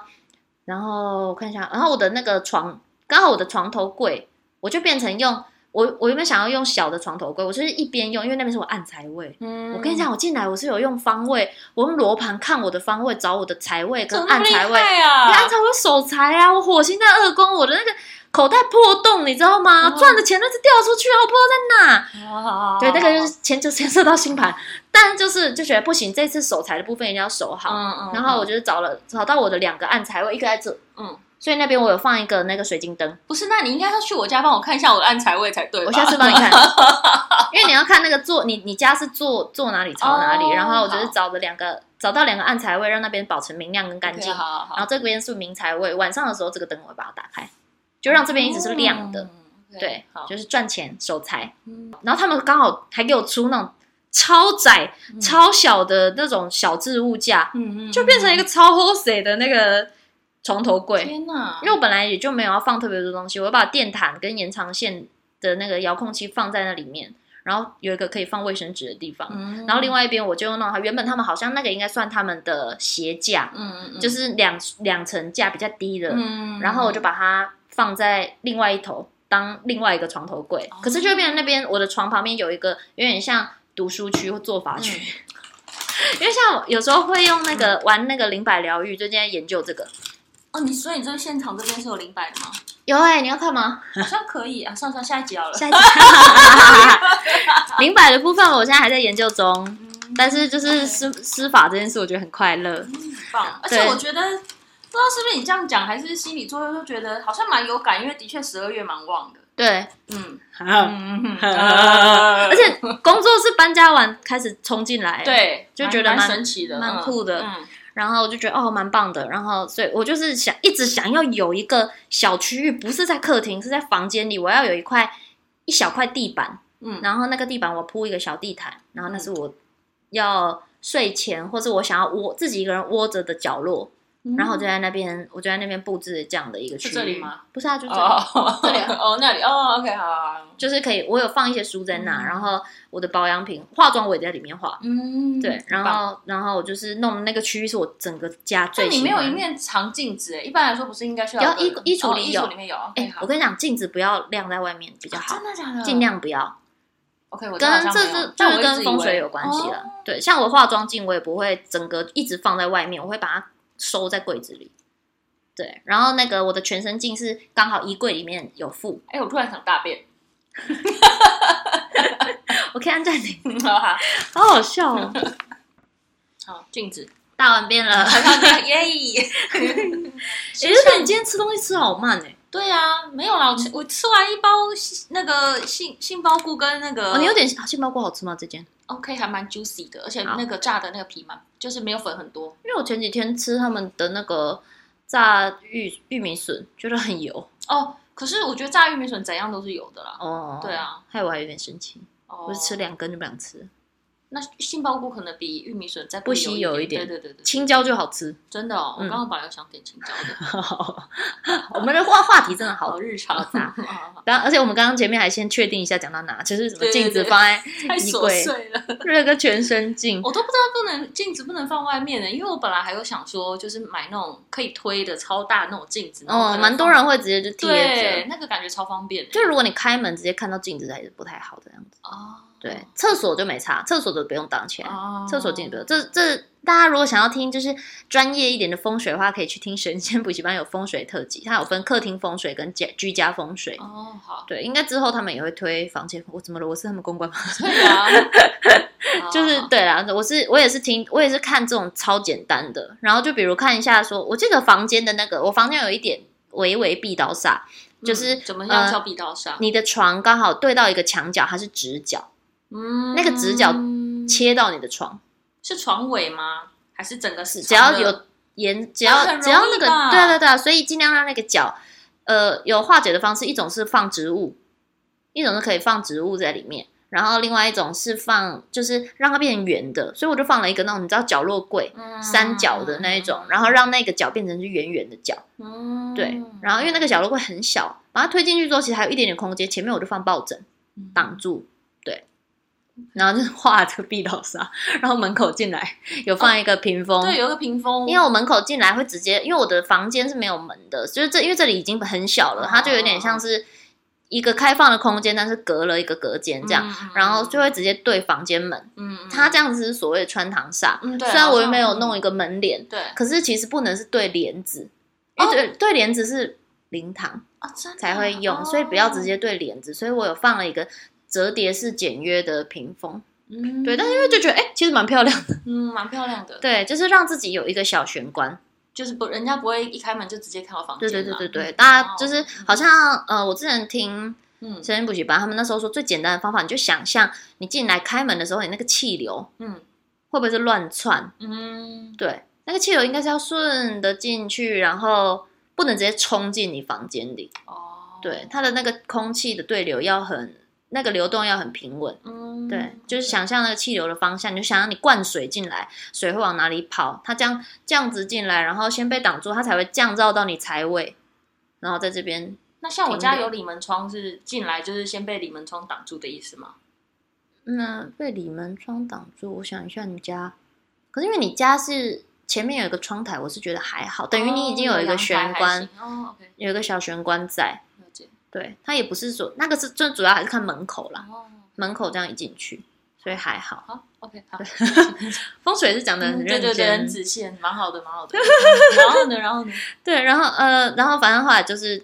Speaker 2: 然后我看一下，然后我的那个床，刚好我的床头柜，我就变成用我我原本想要用小的床头柜，我就是一边用，因为那边是我暗财位。
Speaker 1: 嗯
Speaker 2: 我跟你，讲，我进来我是有用方位，我用罗盘看我的方位，找我的财位
Speaker 1: 怎
Speaker 2: 跟
Speaker 1: 么那
Speaker 2: 暗
Speaker 1: 么厉
Speaker 2: 财位。
Speaker 1: 害
Speaker 2: 对
Speaker 1: 啊
Speaker 2: 暗？财位守财啊，我火星在二宫，我的那个口袋破洞，你知道吗？
Speaker 1: 哦
Speaker 2: 赚的钱那是掉出去啊，我不知道在哪。
Speaker 1: 啊
Speaker 2: 对，那个就是牵就牵涉到星盘，但就是就觉得不行，这次守财的部分一定要守好。
Speaker 1: 嗯嗯，
Speaker 2: 然后我就是找了找到我的两个暗财位，一个在这，
Speaker 1: 嗯，
Speaker 2: 所以那边我有放一个那个水晶灯，
Speaker 1: 不是，那你应该要去我家帮我看一下我的暗财位才对吧。
Speaker 2: 我下次帮你 (laughs) 看，因为你要看那个坐你你家是坐坐哪里朝哪里，
Speaker 1: 哦
Speaker 2: 然后我就是
Speaker 1: 好
Speaker 2: 找了两个找到两个暗财位，让那边保持明亮跟干
Speaker 1: OK，
Speaker 2: 净。
Speaker 1: 好好好，
Speaker 2: 然后这边是明财位，晚上的时候这个灯我会把它打开，就让这边一直是亮的。
Speaker 1: 嗯，OK，
Speaker 2: 对
Speaker 1: 好，，
Speaker 2: 就是赚钱守财。
Speaker 1: 嗯
Speaker 2: 然后他们刚好还给我出那种超窄、
Speaker 1: 嗯
Speaker 2: 超小的那种小置物架，
Speaker 1: 嗯嗯，
Speaker 2: 就变成一个超 h o s e 的那个床头柜。
Speaker 1: 天哪，
Speaker 2: 因为我本来也就没有要放特别多东西，我把电毯跟延长线的那个遥控器放在那里面，然后有一个可以放卫生纸的地方。
Speaker 1: 嗯，
Speaker 2: 然后另外一边我就用那种，原本他们好像那个应该算他们的鞋架，
Speaker 1: 嗯，嗯嗯，
Speaker 2: 就是两两层架比较低的，
Speaker 1: 嗯，
Speaker 2: 然后我就把它放在另外一头当另外一个床头柜，
Speaker 1: 哦
Speaker 2: 可是就会变成那边我的床旁边有一个有点像读书区或做法区。
Speaker 1: 嗯
Speaker 2: 因为像我有时候会用那个、玩那个灵摆疗愈，最近在研究这个。
Speaker 1: 哦，你所以你这个现场这边是有零摆的吗？
Speaker 2: 有哎、你要看吗？
Speaker 1: 好像可以啊，算算下一集好了。
Speaker 2: 下一集灵摆的部分，我现在还在研究中，
Speaker 1: 嗯
Speaker 2: 但是就是施施法这件事，我觉得很快乐。
Speaker 1: 棒，而且
Speaker 2: 对
Speaker 1: 我觉得。不知道是不是你这样讲，还是心理作用，就觉得好像蛮有感，因为的确十二月蛮旺的。
Speaker 2: 对，
Speaker 1: 嗯
Speaker 2: 而
Speaker 1: 嗯嗯嗯，
Speaker 2: (laughs)
Speaker 1: 呃
Speaker 2: 且工作是搬家完开始冲
Speaker 1: (laughs)
Speaker 2: 进来，，欸
Speaker 1: 对，
Speaker 2: 就觉得
Speaker 1: 蛮
Speaker 2: 蛮
Speaker 1: 神奇的，
Speaker 2: 蛮酷的
Speaker 1: 嗯，
Speaker 2: 然后我就觉得哦，蛮棒的。然后，所以我就是想一直想要有一个小区域，不是在客厅，是在房间里。我要有一块一小块地板，
Speaker 1: 嗯
Speaker 2: 然后那个地板我铺一个小地毯，然后那是我要睡前或者我想要窝自己一个人窝着的角落。
Speaker 1: 嗯
Speaker 2: 然后我就在那边，我就在那边布置这样的一个区域。
Speaker 1: 是这里吗？
Speaker 2: 不是啊，就这里。
Speaker 1: 哦，
Speaker 2: 这里啊
Speaker 1: 哦那里哦，OK，好好，好
Speaker 2: 就是可以，我有放一些书在那，
Speaker 1: 嗯
Speaker 2: 然后我的保养品、化妆我也在里面化，
Speaker 1: 嗯，
Speaker 2: 对，然
Speaker 1: 很棒
Speaker 2: 后然后我就是弄的那个区域是我整个家
Speaker 1: 那
Speaker 2: 最喜
Speaker 1: 你
Speaker 2: 欢。
Speaker 1: 没有一面长镜子哎，一般来说不是应该需要
Speaker 2: 有
Speaker 1: 有个
Speaker 2: 衣衣橱
Speaker 1: 哦
Speaker 2: 里
Speaker 1: 衣
Speaker 2: 有
Speaker 1: 橱里面有，
Speaker 2: 哎、
Speaker 1: OK，好
Speaker 2: 我跟你讲，镜子不要晾在外面比较
Speaker 1: 啊
Speaker 2: 好，
Speaker 1: 真的假的？
Speaker 2: 尽量不要。
Speaker 1: OK，我
Speaker 2: 跟这
Speaker 1: 这
Speaker 2: 这就是
Speaker 1: 我一直
Speaker 2: 跟
Speaker 1: 以
Speaker 2: 风
Speaker 1: 为
Speaker 2: 水有关系了
Speaker 1: 哦。
Speaker 2: 对，像我化妆镜，我也不会整个一直放在外面，我会把它收在柜子里。对，然后那个我的全身镜是刚好衣柜里面有附，
Speaker 1: 哎、我突然想大便，
Speaker 2: 我可以按暂停，
Speaker 1: 好好
Speaker 2: (laughs) 好好笑
Speaker 1: (laughs)
Speaker 2: 哦。
Speaker 1: 好，镜子，
Speaker 2: 大完便了，
Speaker 1: 好
Speaker 2: (laughs)
Speaker 1: 像耶。
Speaker 2: 哎，日本你今天吃东西吃好慢哎，
Speaker 1: 对啊，没有啦，我吃我吃完一包杏那个杏杏鲍菇跟那个，
Speaker 2: 哦，你有点啊杏鲍菇好吃吗？这间？
Speaker 1: OK 还蛮 juicy 的，而且
Speaker 2: 好
Speaker 1: 那个炸的那个皮蛮，就是没有粉很多。
Speaker 2: 因为我前几天吃他们的那个炸玉玉米笋，觉得很油
Speaker 1: 哦，可是我觉得炸玉米笋怎样都是有的啦。
Speaker 2: 哦。
Speaker 1: 对，啊，
Speaker 2: 害我还有点生气，
Speaker 1: 哦，
Speaker 2: 我是吃两根就不想吃，
Speaker 1: 那杏鲍菇可能比玉米笋再
Speaker 2: 不稀有
Speaker 1: 有
Speaker 2: 一点
Speaker 1: 对对对对，
Speaker 2: 青椒就好吃。
Speaker 1: 真的哦，我
Speaker 2: 嗯
Speaker 1: 刚刚本来有想点青椒的，
Speaker 2: 我们的话话题真的好
Speaker 1: 好日常，
Speaker 2: 好杂
Speaker 1: 好好
Speaker 2: (laughs)
Speaker 1: 好
Speaker 2: 然后，而且我们刚刚前面还先确定一下讲到哪，就是什么
Speaker 1: 对对
Speaker 2: 镜子
Speaker 1: 对哦
Speaker 2: 放在
Speaker 1: 太
Speaker 2: 衣
Speaker 1: 琐
Speaker 2: 柜
Speaker 1: 碎了。
Speaker 2: 那个全身镜，
Speaker 1: 我都不知道不能镜子不能放外面的，因为我本来还有想说，就是买那种可以推的超大那种镜子。然后可
Speaker 2: 哦，
Speaker 1: 能
Speaker 2: 蛮多
Speaker 1: 放
Speaker 2: 人会直接就贴
Speaker 1: 对
Speaker 2: 着。
Speaker 1: 那个感觉超方便的。
Speaker 2: 就如果你开门直接看到镜子还是不太好的样子。
Speaker 1: 哦，
Speaker 2: 对，厕所就没差，厕所的不用挡起来，
Speaker 1: 哦，
Speaker 2: 厕所镜子不用。这这大家如果想要听就是专业一点的风水的话，可以去听神仙补习班有风水特辑，它有分客厅风水跟家居家风水。
Speaker 1: 哦，好，
Speaker 2: 对，应该之后他们也会推房间。我怎么了？我是他们公关吗？ (laughs)
Speaker 1: 对啊，哦
Speaker 2: 就是对啦，我是我也是听，我也是看这种超简单的，然后就比如看一下说，我这个房间的那个，我房间有一点微微壁刀煞，就是
Speaker 1: 嗯怎么样
Speaker 2: 呃
Speaker 1: 叫壁刀煞？
Speaker 2: 你的床刚好对到一个墙角，它是直角
Speaker 1: 嗯
Speaker 2: 那个直角切到你的床，
Speaker 1: 是床尾吗？还是整个是？
Speaker 2: 只要有沿，只
Speaker 1: 啊
Speaker 2: 要
Speaker 1: 很
Speaker 2: 只要
Speaker 1: 容易
Speaker 2: 那个，
Speaker 1: 吧
Speaker 2: 对啊对啊对啊，所以尽量让那个角，呃，有化解的方式，一种是放植物，一种是可以放植物在里面。然后另外一种是放，就是让它变圆的，所以我就放了一个那种你知道角落柜，
Speaker 1: 嗯
Speaker 2: 三角的那一种，然后让那个角变成是圆圆的角，
Speaker 1: 嗯
Speaker 2: 对。然后因为那个角落会很小，把它推进去之后，其实还有一点点空间，前面我就放抱枕挡住，对。
Speaker 1: 嗯
Speaker 2: 然后就 (laughs) 画着壁刀沙，然后门口进来有放一个屏风，
Speaker 1: 哦对有一个屏风，
Speaker 2: 因为我门口进来会直接，因为我的房间是没有门的，就是这因为这里已经很小了，它就有点像是一个开放的空间，但是隔了一个隔间这样，
Speaker 1: 嗯，嗯
Speaker 2: 然后就会直接对房间门，
Speaker 1: 嗯，
Speaker 2: 它这
Speaker 1: 样，
Speaker 2: 样子是所谓的穿堂煞。
Speaker 1: 嗯，对。
Speaker 2: 虽然我
Speaker 1: 又
Speaker 2: 没有弄一个门帘，
Speaker 1: 对
Speaker 2: 可是其实不能是对帘子，
Speaker 1: 哦
Speaker 2: 因为对、对帘子是灵堂
Speaker 1: 啊，真的
Speaker 2: 才会用，
Speaker 1: 哦
Speaker 2: 所以不要直接对帘子。所以我有放了一个折叠式简约的屏风，
Speaker 1: 嗯，
Speaker 2: 对，但是因为就觉得哎、诶其实蛮漂亮的，
Speaker 1: 嗯，蛮漂亮的，，
Speaker 2: 对，就是让自己有一个小玄关。
Speaker 1: 就是不，人家不会一开门就直接看到房间
Speaker 2: 对
Speaker 1: 嘛，
Speaker 2: 对对对对，
Speaker 1: 嗯
Speaker 2: 大家就是
Speaker 1: 哦
Speaker 2: 好像呃，我之前听
Speaker 1: 嗯
Speaker 2: 神仙补习班他们那时候说最简单的方法，你就想象你进来开门的时候，你那个气流
Speaker 1: 嗯
Speaker 2: 会不会是乱窜？
Speaker 1: 嗯，
Speaker 2: 对，那个气流应该是要顺的进去，然后不能直接冲进你房间里。
Speaker 1: 哦，
Speaker 2: 对，，它的那个空气的对流要很，那个流动要很平稳。
Speaker 1: 嗯，
Speaker 2: 对，就是想象那个气流的方向，你就想象你灌水进来，水会往哪里跑？它这样这样子进来，然后先被挡住，它才会降噪到你财位，然后在这边
Speaker 1: 那像我
Speaker 2: 停
Speaker 1: 家
Speaker 2: 留
Speaker 1: 有里门窗，是进来就是先被里门窗挡住的意思吗？
Speaker 2: 那被里门窗挡住，我想一下，你家，可是因为你家是前面有一个窗台，我是觉得还好，等于你已经有一个玄
Speaker 1: 哦阳
Speaker 2: 关，
Speaker 1: 台还行哦，OK，
Speaker 2: 有一个小玄关在。
Speaker 1: 了解。
Speaker 2: 对，它也不是说那个是最主要还是看门口啦，
Speaker 1: 哦，
Speaker 2: 门口这样一进去，所以还好。
Speaker 1: 好，OK，好，
Speaker 2: 风水是讲的很
Speaker 1: (laughs) 嗯对
Speaker 2: 认
Speaker 1: 对对，
Speaker 2: 真，
Speaker 1: 很仔细，蛮好的，蛮
Speaker 2: (laughs)
Speaker 1: 好的。嗯然后呢，然后呢？
Speaker 2: 对然后呃，然后反正后来就是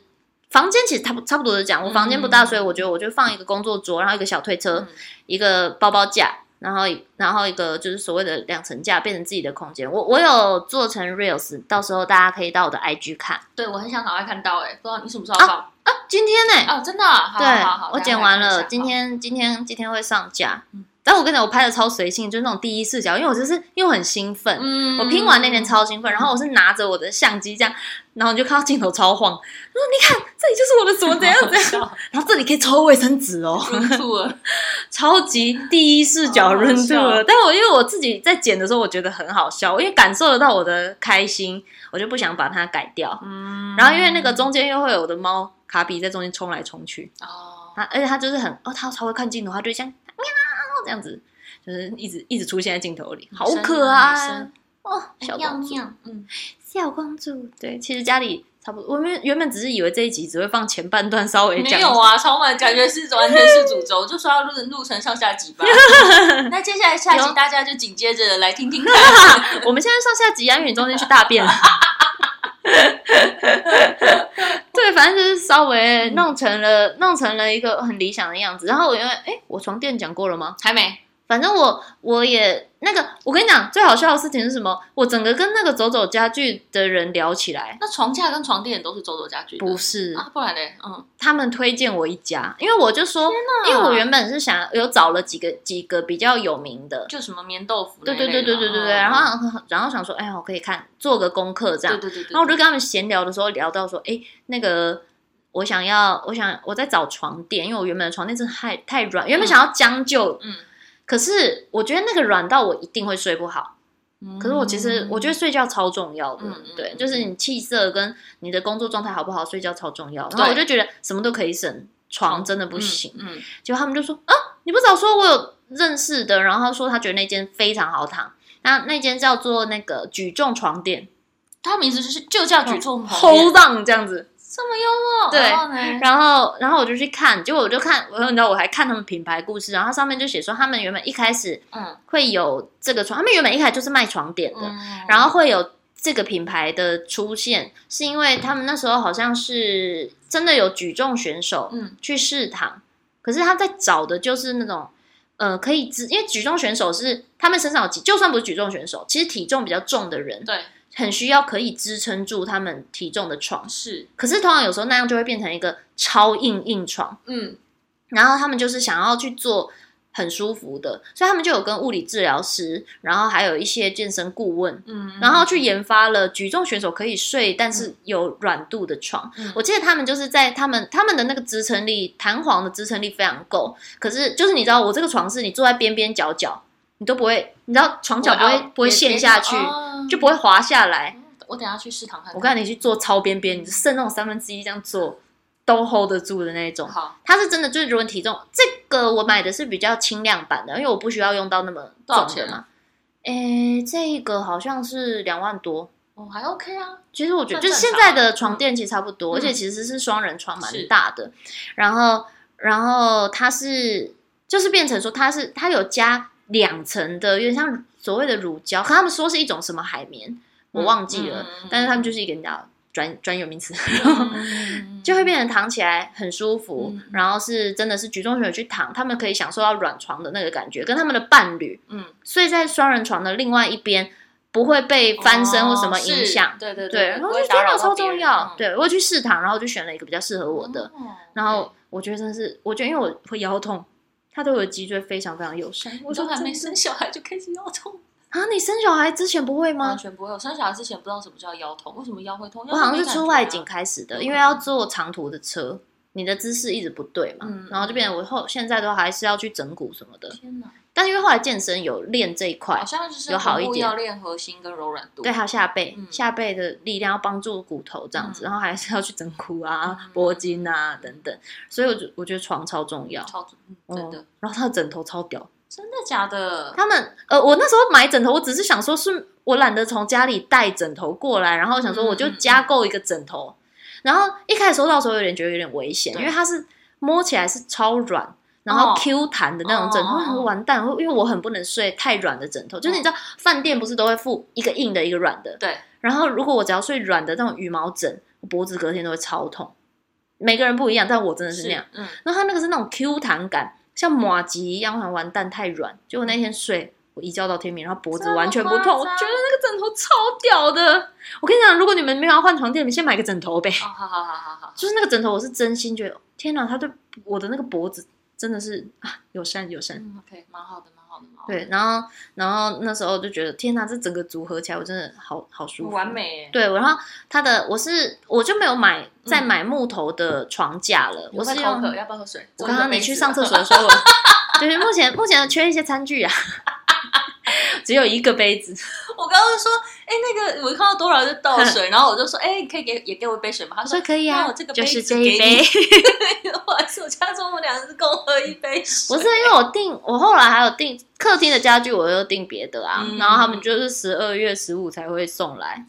Speaker 2: 房间其实差不差不多是这样，我房间不大，
Speaker 1: 嗯
Speaker 2: 所以我觉得我就放一个工作桌，然后一个小推车，
Speaker 1: 嗯
Speaker 2: 一个包包架。然后，然后一个就是所谓的两层架，变成自己的空间。我我有做成 reels，到时候大家可以到我的 IG 看
Speaker 1: 对我很想赶快看到，哎，不知道你什么时候要放？
Speaker 2: 啊。今天呢、
Speaker 1: 哦，真的啊，好好好好，
Speaker 2: 对，我剪完
Speaker 1: 大家看一
Speaker 2: 了，
Speaker 1: 下
Speaker 2: 今天今天今天会上架
Speaker 1: 嗯。
Speaker 2: 但我跟你讲，我拍的超随性，就是那种第一视角，因为我就是因为我很兴
Speaker 1: 好
Speaker 2: 奋，
Speaker 1: 嗯
Speaker 2: 我拼完那天超兴奋，然后我是拿着我的相机这样，然后你就看到镜头超晃，我说你看这里就是我的什么 (laughs) 怎样怎样，
Speaker 1: 样，
Speaker 2: 然后这里可以抽卫生纸哦，
Speaker 1: 忍住了，
Speaker 2: 超级第一视角
Speaker 1: 好好笑
Speaker 2: 润住了。但我因为我自己在剪的时候，我觉得很好笑，因为感受得到我的开心，我就不想把它改掉。
Speaker 1: 嗯
Speaker 2: (laughs) 然后因为那个中间又会有我的猫卡比在中间冲来冲去，
Speaker 1: 哦，
Speaker 2: 他而且他就是很哦，他超会看镜头，他就像喵这样子，就是一直一直出现在镜头里，好可爱
Speaker 1: 女生
Speaker 2: 哦，小
Speaker 1: 要
Speaker 2: 公主，
Speaker 1: 哎尿，嗯，
Speaker 2: 小公主，对，其实家里差不多。我们原本只是以为这一集只会放前半段稍微
Speaker 1: 没
Speaker 2: 讲，
Speaker 1: 有啊，超满，感觉是完全是主轴，就说要录录成上下集吧。 (laughs) 那接下来下集
Speaker 2: 有
Speaker 1: 大家就紧接着来听听
Speaker 2: (laughs)
Speaker 1: 看。
Speaker 2: 我们现在上下集安宇中间去大便了。 (laughs) 对，反正就是稍微
Speaker 1: 嗯
Speaker 2: 弄成了，弄成了一个很理想的样子。然后我因为，哎，我床垫讲过了吗？
Speaker 1: 还没，
Speaker 2: 反正我我也那个，我跟你讲，最好笑的事情是什么？我整个跟那个走走家具的人聊起来，
Speaker 1: 那床架跟床垫都是周周家具的
Speaker 2: 不是
Speaker 1: 啊，不然嘞，嗯，
Speaker 2: 他们推荐我一家，因为我就说，因为我原本是想有找了几个几个比较有名的，
Speaker 1: 就什么棉豆腐那
Speaker 2: 对
Speaker 1: 一
Speaker 2: 对
Speaker 1: 类
Speaker 2: 对
Speaker 1: 的，
Speaker 2: 对对对对，
Speaker 1: 嗯
Speaker 2: 然后然后想说，哎呀，我可以看做个功课这样
Speaker 1: 对，对对对，
Speaker 2: 然后我就跟他们闲聊的时候聊到说，哎，那个我想要，我想我在找床垫，因为我原本的床垫真的太太软，原本想要将就，
Speaker 1: 嗯
Speaker 2: 可是我觉得那个软到我一定会睡不好。
Speaker 1: 对
Speaker 2: 可是我其实我觉得睡觉超重要的，
Speaker 1: 嗯嗯
Speaker 2: 对，
Speaker 1: 嗯
Speaker 2: 就是你气色跟你的工作状态好不好，睡觉超重要。然
Speaker 1: 对
Speaker 2: 后我就觉得什么都可以省，床真的不行。
Speaker 1: 嗯，嗯
Speaker 2: 结果他们就说啊，你不早说，我有认识的，然后说他觉得那间非常好躺。那那间叫做那个举重床垫
Speaker 1: 他名字就是就叫举重床垫，
Speaker 2: ，Hold on 这样子，
Speaker 1: 嗯这么幽默，
Speaker 2: 嗯对
Speaker 1: 然后呢
Speaker 2: 然后，然后我就去看，结果我就看，我你知道我还看他们品牌故事，然后它上面就写说他们原本一开始
Speaker 1: 嗯
Speaker 2: 会有这个床，他们原本一开始就是卖床垫的，
Speaker 1: 嗯，
Speaker 2: 然后会有这个品牌的出现，是因为他们那时候好像是真的有举重选手
Speaker 1: 嗯
Speaker 2: 去试躺，可是他在找的就是那种。呃，可以支，因为举重选手是他们身上有几，就算不是举重选手，其实体重比较重的人，
Speaker 1: 对
Speaker 2: 很需要可以支撑住他们体重的床。
Speaker 1: 是
Speaker 2: 可是通常有时候那样就会变成一个超硬硬床，
Speaker 1: 嗯
Speaker 2: 然后他们就是想要去做很舒服的，所以他们就有跟物理治疗师，然后还有一些健身顾问，
Speaker 1: 嗯，
Speaker 2: 然后去研发了举重选手可以睡但是有软度的床。
Speaker 1: 嗯
Speaker 2: 我记得他们就是在他们他们的那个支撑力，弹簧的支撑力非常够，可是就是你知道我这个床是你坐在边边角角，你都不会，你知道床角不
Speaker 1: 哦
Speaker 2: 会不会陷下去，就
Speaker 1: 就
Speaker 2: 不会滑下来。
Speaker 1: 哦我等下去试躺看看，
Speaker 2: 我看你去做超边边，你就剩那种三分之一这样做，都 hold 得住的那种。
Speaker 1: 好，
Speaker 2: 它是真的，就是如果你体重这个我买的是比较轻量版的，因为我不需要用到那么
Speaker 1: 多少
Speaker 2: 重
Speaker 1: 钱啊
Speaker 2: 的嘛。诶、这一个好像是两万多。
Speaker 1: 哦还 OK
Speaker 2: (laughs)
Speaker 1: 啊，
Speaker 2: 其实我觉得
Speaker 1: 算
Speaker 2: 就
Speaker 1: 正
Speaker 2: 是现
Speaker 1: 常
Speaker 2: 在
Speaker 1: 的
Speaker 2: 的床垫其实差不
Speaker 1: 嗯
Speaker 2: 多，而且其实是双人床蛮
Speaker 1: 是
Speaker 2: 大的。然后，然后它是就是变成说它是它有加两层的，有点像所谓的乳胶，可他们说是一种什么海绵，我忘记
Speaker 1: 嗯
Speaker 2: 了。
Speaker 1: 嗯嗯嗯
Speaker 2: 但是他们就是一个你知道专专有名词，
Speaker 1: 嗯
Speaker 2: (laughs) 就会变成躺起来很舒服，
Speaker 1: 嗯
Speaker 2: 然后是真的是举重选手去躺，他们可以享受到软床的那个感觉，跟他们的伴侣
Speaker 1: 嗯
Speaker 2: 睡在双人床的另外一边，不会被翻身或什么影响。
Speaker 1: 哦是对对
Speaker 2: 对，然后
Speaker 1: 不
Speaker 2: 就
Speaker 1: 会
Speaker 2: 觉得
Speaker 1: 打扰
Speaker 2: 那
Speaker 1: 到
Speaker 2: 超
Speaker 1: 别
Speaker 2: 重
Speaker 1: 人
Speaker 2: 要。，对，我去试躺，然后就选了一个比较适合我的。
Speaker 1: 嗯哦
Speaker 2: 然后我觉得真的是，我觉得因为我会腰痛，他对我的脊椎非常非常友善。
Speaker 1: 嗯我
Speaker 2: 我
Speaker 1: 都
Speaker 2: 说
Speaker 1: 还没
Speaker 2: 真的
Speaker 1: 生小孩就开始腰痛，
Speaker 2: 啊，你生小孩之前不会
Speaker 1: 完
Speaker 2: (laughs) 吗？
Speaker 1: 全不会。我生小孩之前不知道什么叫腰痛，为什么腰会痛？
Speaker 2: 我好像
Speaker 1: 腰痛没感
Speaker 2: 是
Speaker 1: 觉啊
Speaker 2: 出外景，开始的，
Speaker 1: 嗯
Speaker 2: 因为要坐长途的车，你的姿势一直不对嘛，
Speaker 1: 嗯
Speaker 2: 然后就变成我后现在都还是要去整骨什么的。
Speaker 1: 天哪！
Speaker 2: 但因为后来健身有练这一块
Speaker 1: 好，像就是
Speaker 2: 有好一
Speaker 1: 臀部
Speaker 2: 点
Speaker 1: 要练核心跟柔软度。
Speaker 2: 对，还有下背，
Speaker 1: 嗯
Speaker 2: 下背的力量要帮助骨头这样子，
Speaker 1: 嗯
Speaker 2: 然后还是要去整骨啊、
Speaker 1: 嗯
Speaker 2: 脖筋啊等等，所以我就我觉得床超重要，
Speaker 1: 超准，嗯真的
Speaker 2: 嗯，然后它的枕头超屌。
Speaker 1: 真的假的？
Speaker 2: 他们呃，我那时候买枕头，我只是想说是我懒得从家里带枕头过来，然后想说
Speaker 1: 嗯
Speaker 2: 我就
Speaker 1: 嗯
Speaker 2: 加购一个枕头。然后一开始收到的时候有点觉得有点危险，
Speaker 1: 对
Speaker 2: 因为它是摸起来是超软，然后
Speaker 1: 哦
Speaker 2: Q 弹的那种枕头，
Speaker 1: 哦哦哦哦
Speaker 2: 我想说完蛋，我因为我很不能睡太软的枕头，就是你知道饭店不是都会附一个硬的一个软的，
Speaker 1: 对，
Speaker 2: 然后如果我只要睡软的那种羽毛枕，我脖子隔天都会超痛。每个人不一样，但我真的是那样。，
Speaker 1: 嗯，
Speaker 2: 然后它那个是那种 Q 弹感，像马吉一样，我想完蛋太软。结果那天睡，我一觉到天明，然后脖子完全不
Speaker 1: 这
Speaker 2: 痛，
Speaker 1: 么
Speaker 2: 我
Speaker 1: 夸张
Speaker 2: 觉得那个枕头超屌的。我跟你讲，如果你们没有要换床垫，你们先买个枕头呗。
Speaker 1: 哦，好好好好好，
Speaker 2: 就是那个枕头，我是真心觉得，天哪，它对我的那个脖子真的是啊，友善友善。
Speaker 1: 嗯，OK，蛮好的，蛮好的，蛮好的，
Speaker 2: 对，然后然后那时候就觉得，天哪，这整个组合起来，我真的好好舒服，
Speaker 1: 完。美耶。
Speaker 2: 对，然后它的我是我就没有买再买木头的床架了，我
Speaker 1: 嗯有没
Speaker 2: 是
Speaker 1: 有口
Speaker 2: 用
Speaker 1: 渴，要不要喝水？
Speaker 2: 我刚刚你去 (laughs) 上厕
Speaker 1: 所，
Speaker 2: 所的时候，我就是目前 (laughs) 目前缺一些餐具啊， (laughs) 只有一个杯子。
Speaker 1: (laughs) 我刚刚说，哎，那个我看到多少就
Speaker 2: (laughs)
Speaker 1: 倒水，然后我就说，哎，你可以给也给我一杯水吗？他
Speaker 2: 我
Speaker 1: 说
Speaker 2: 说，可以
Speaker 1: 那
Speaker 2: 啊
Speaker 1: 我这，个杯
Speaker 2: 就
Speaker 1: 子
Speaker 2: 是这一
Speaker 1: 给你
Speaker 2: 杯。 (laughs)
Speaker 1: 不好意 (laughs) 思，我家中我们俩是共喝一杯水。
Speaker 2: 不是因为我订，我后来还有订客厅的家具，我又订别的啊，
Speaker 1: 嗯
Speaker 2: 然后他们就是十二月十五才会送来，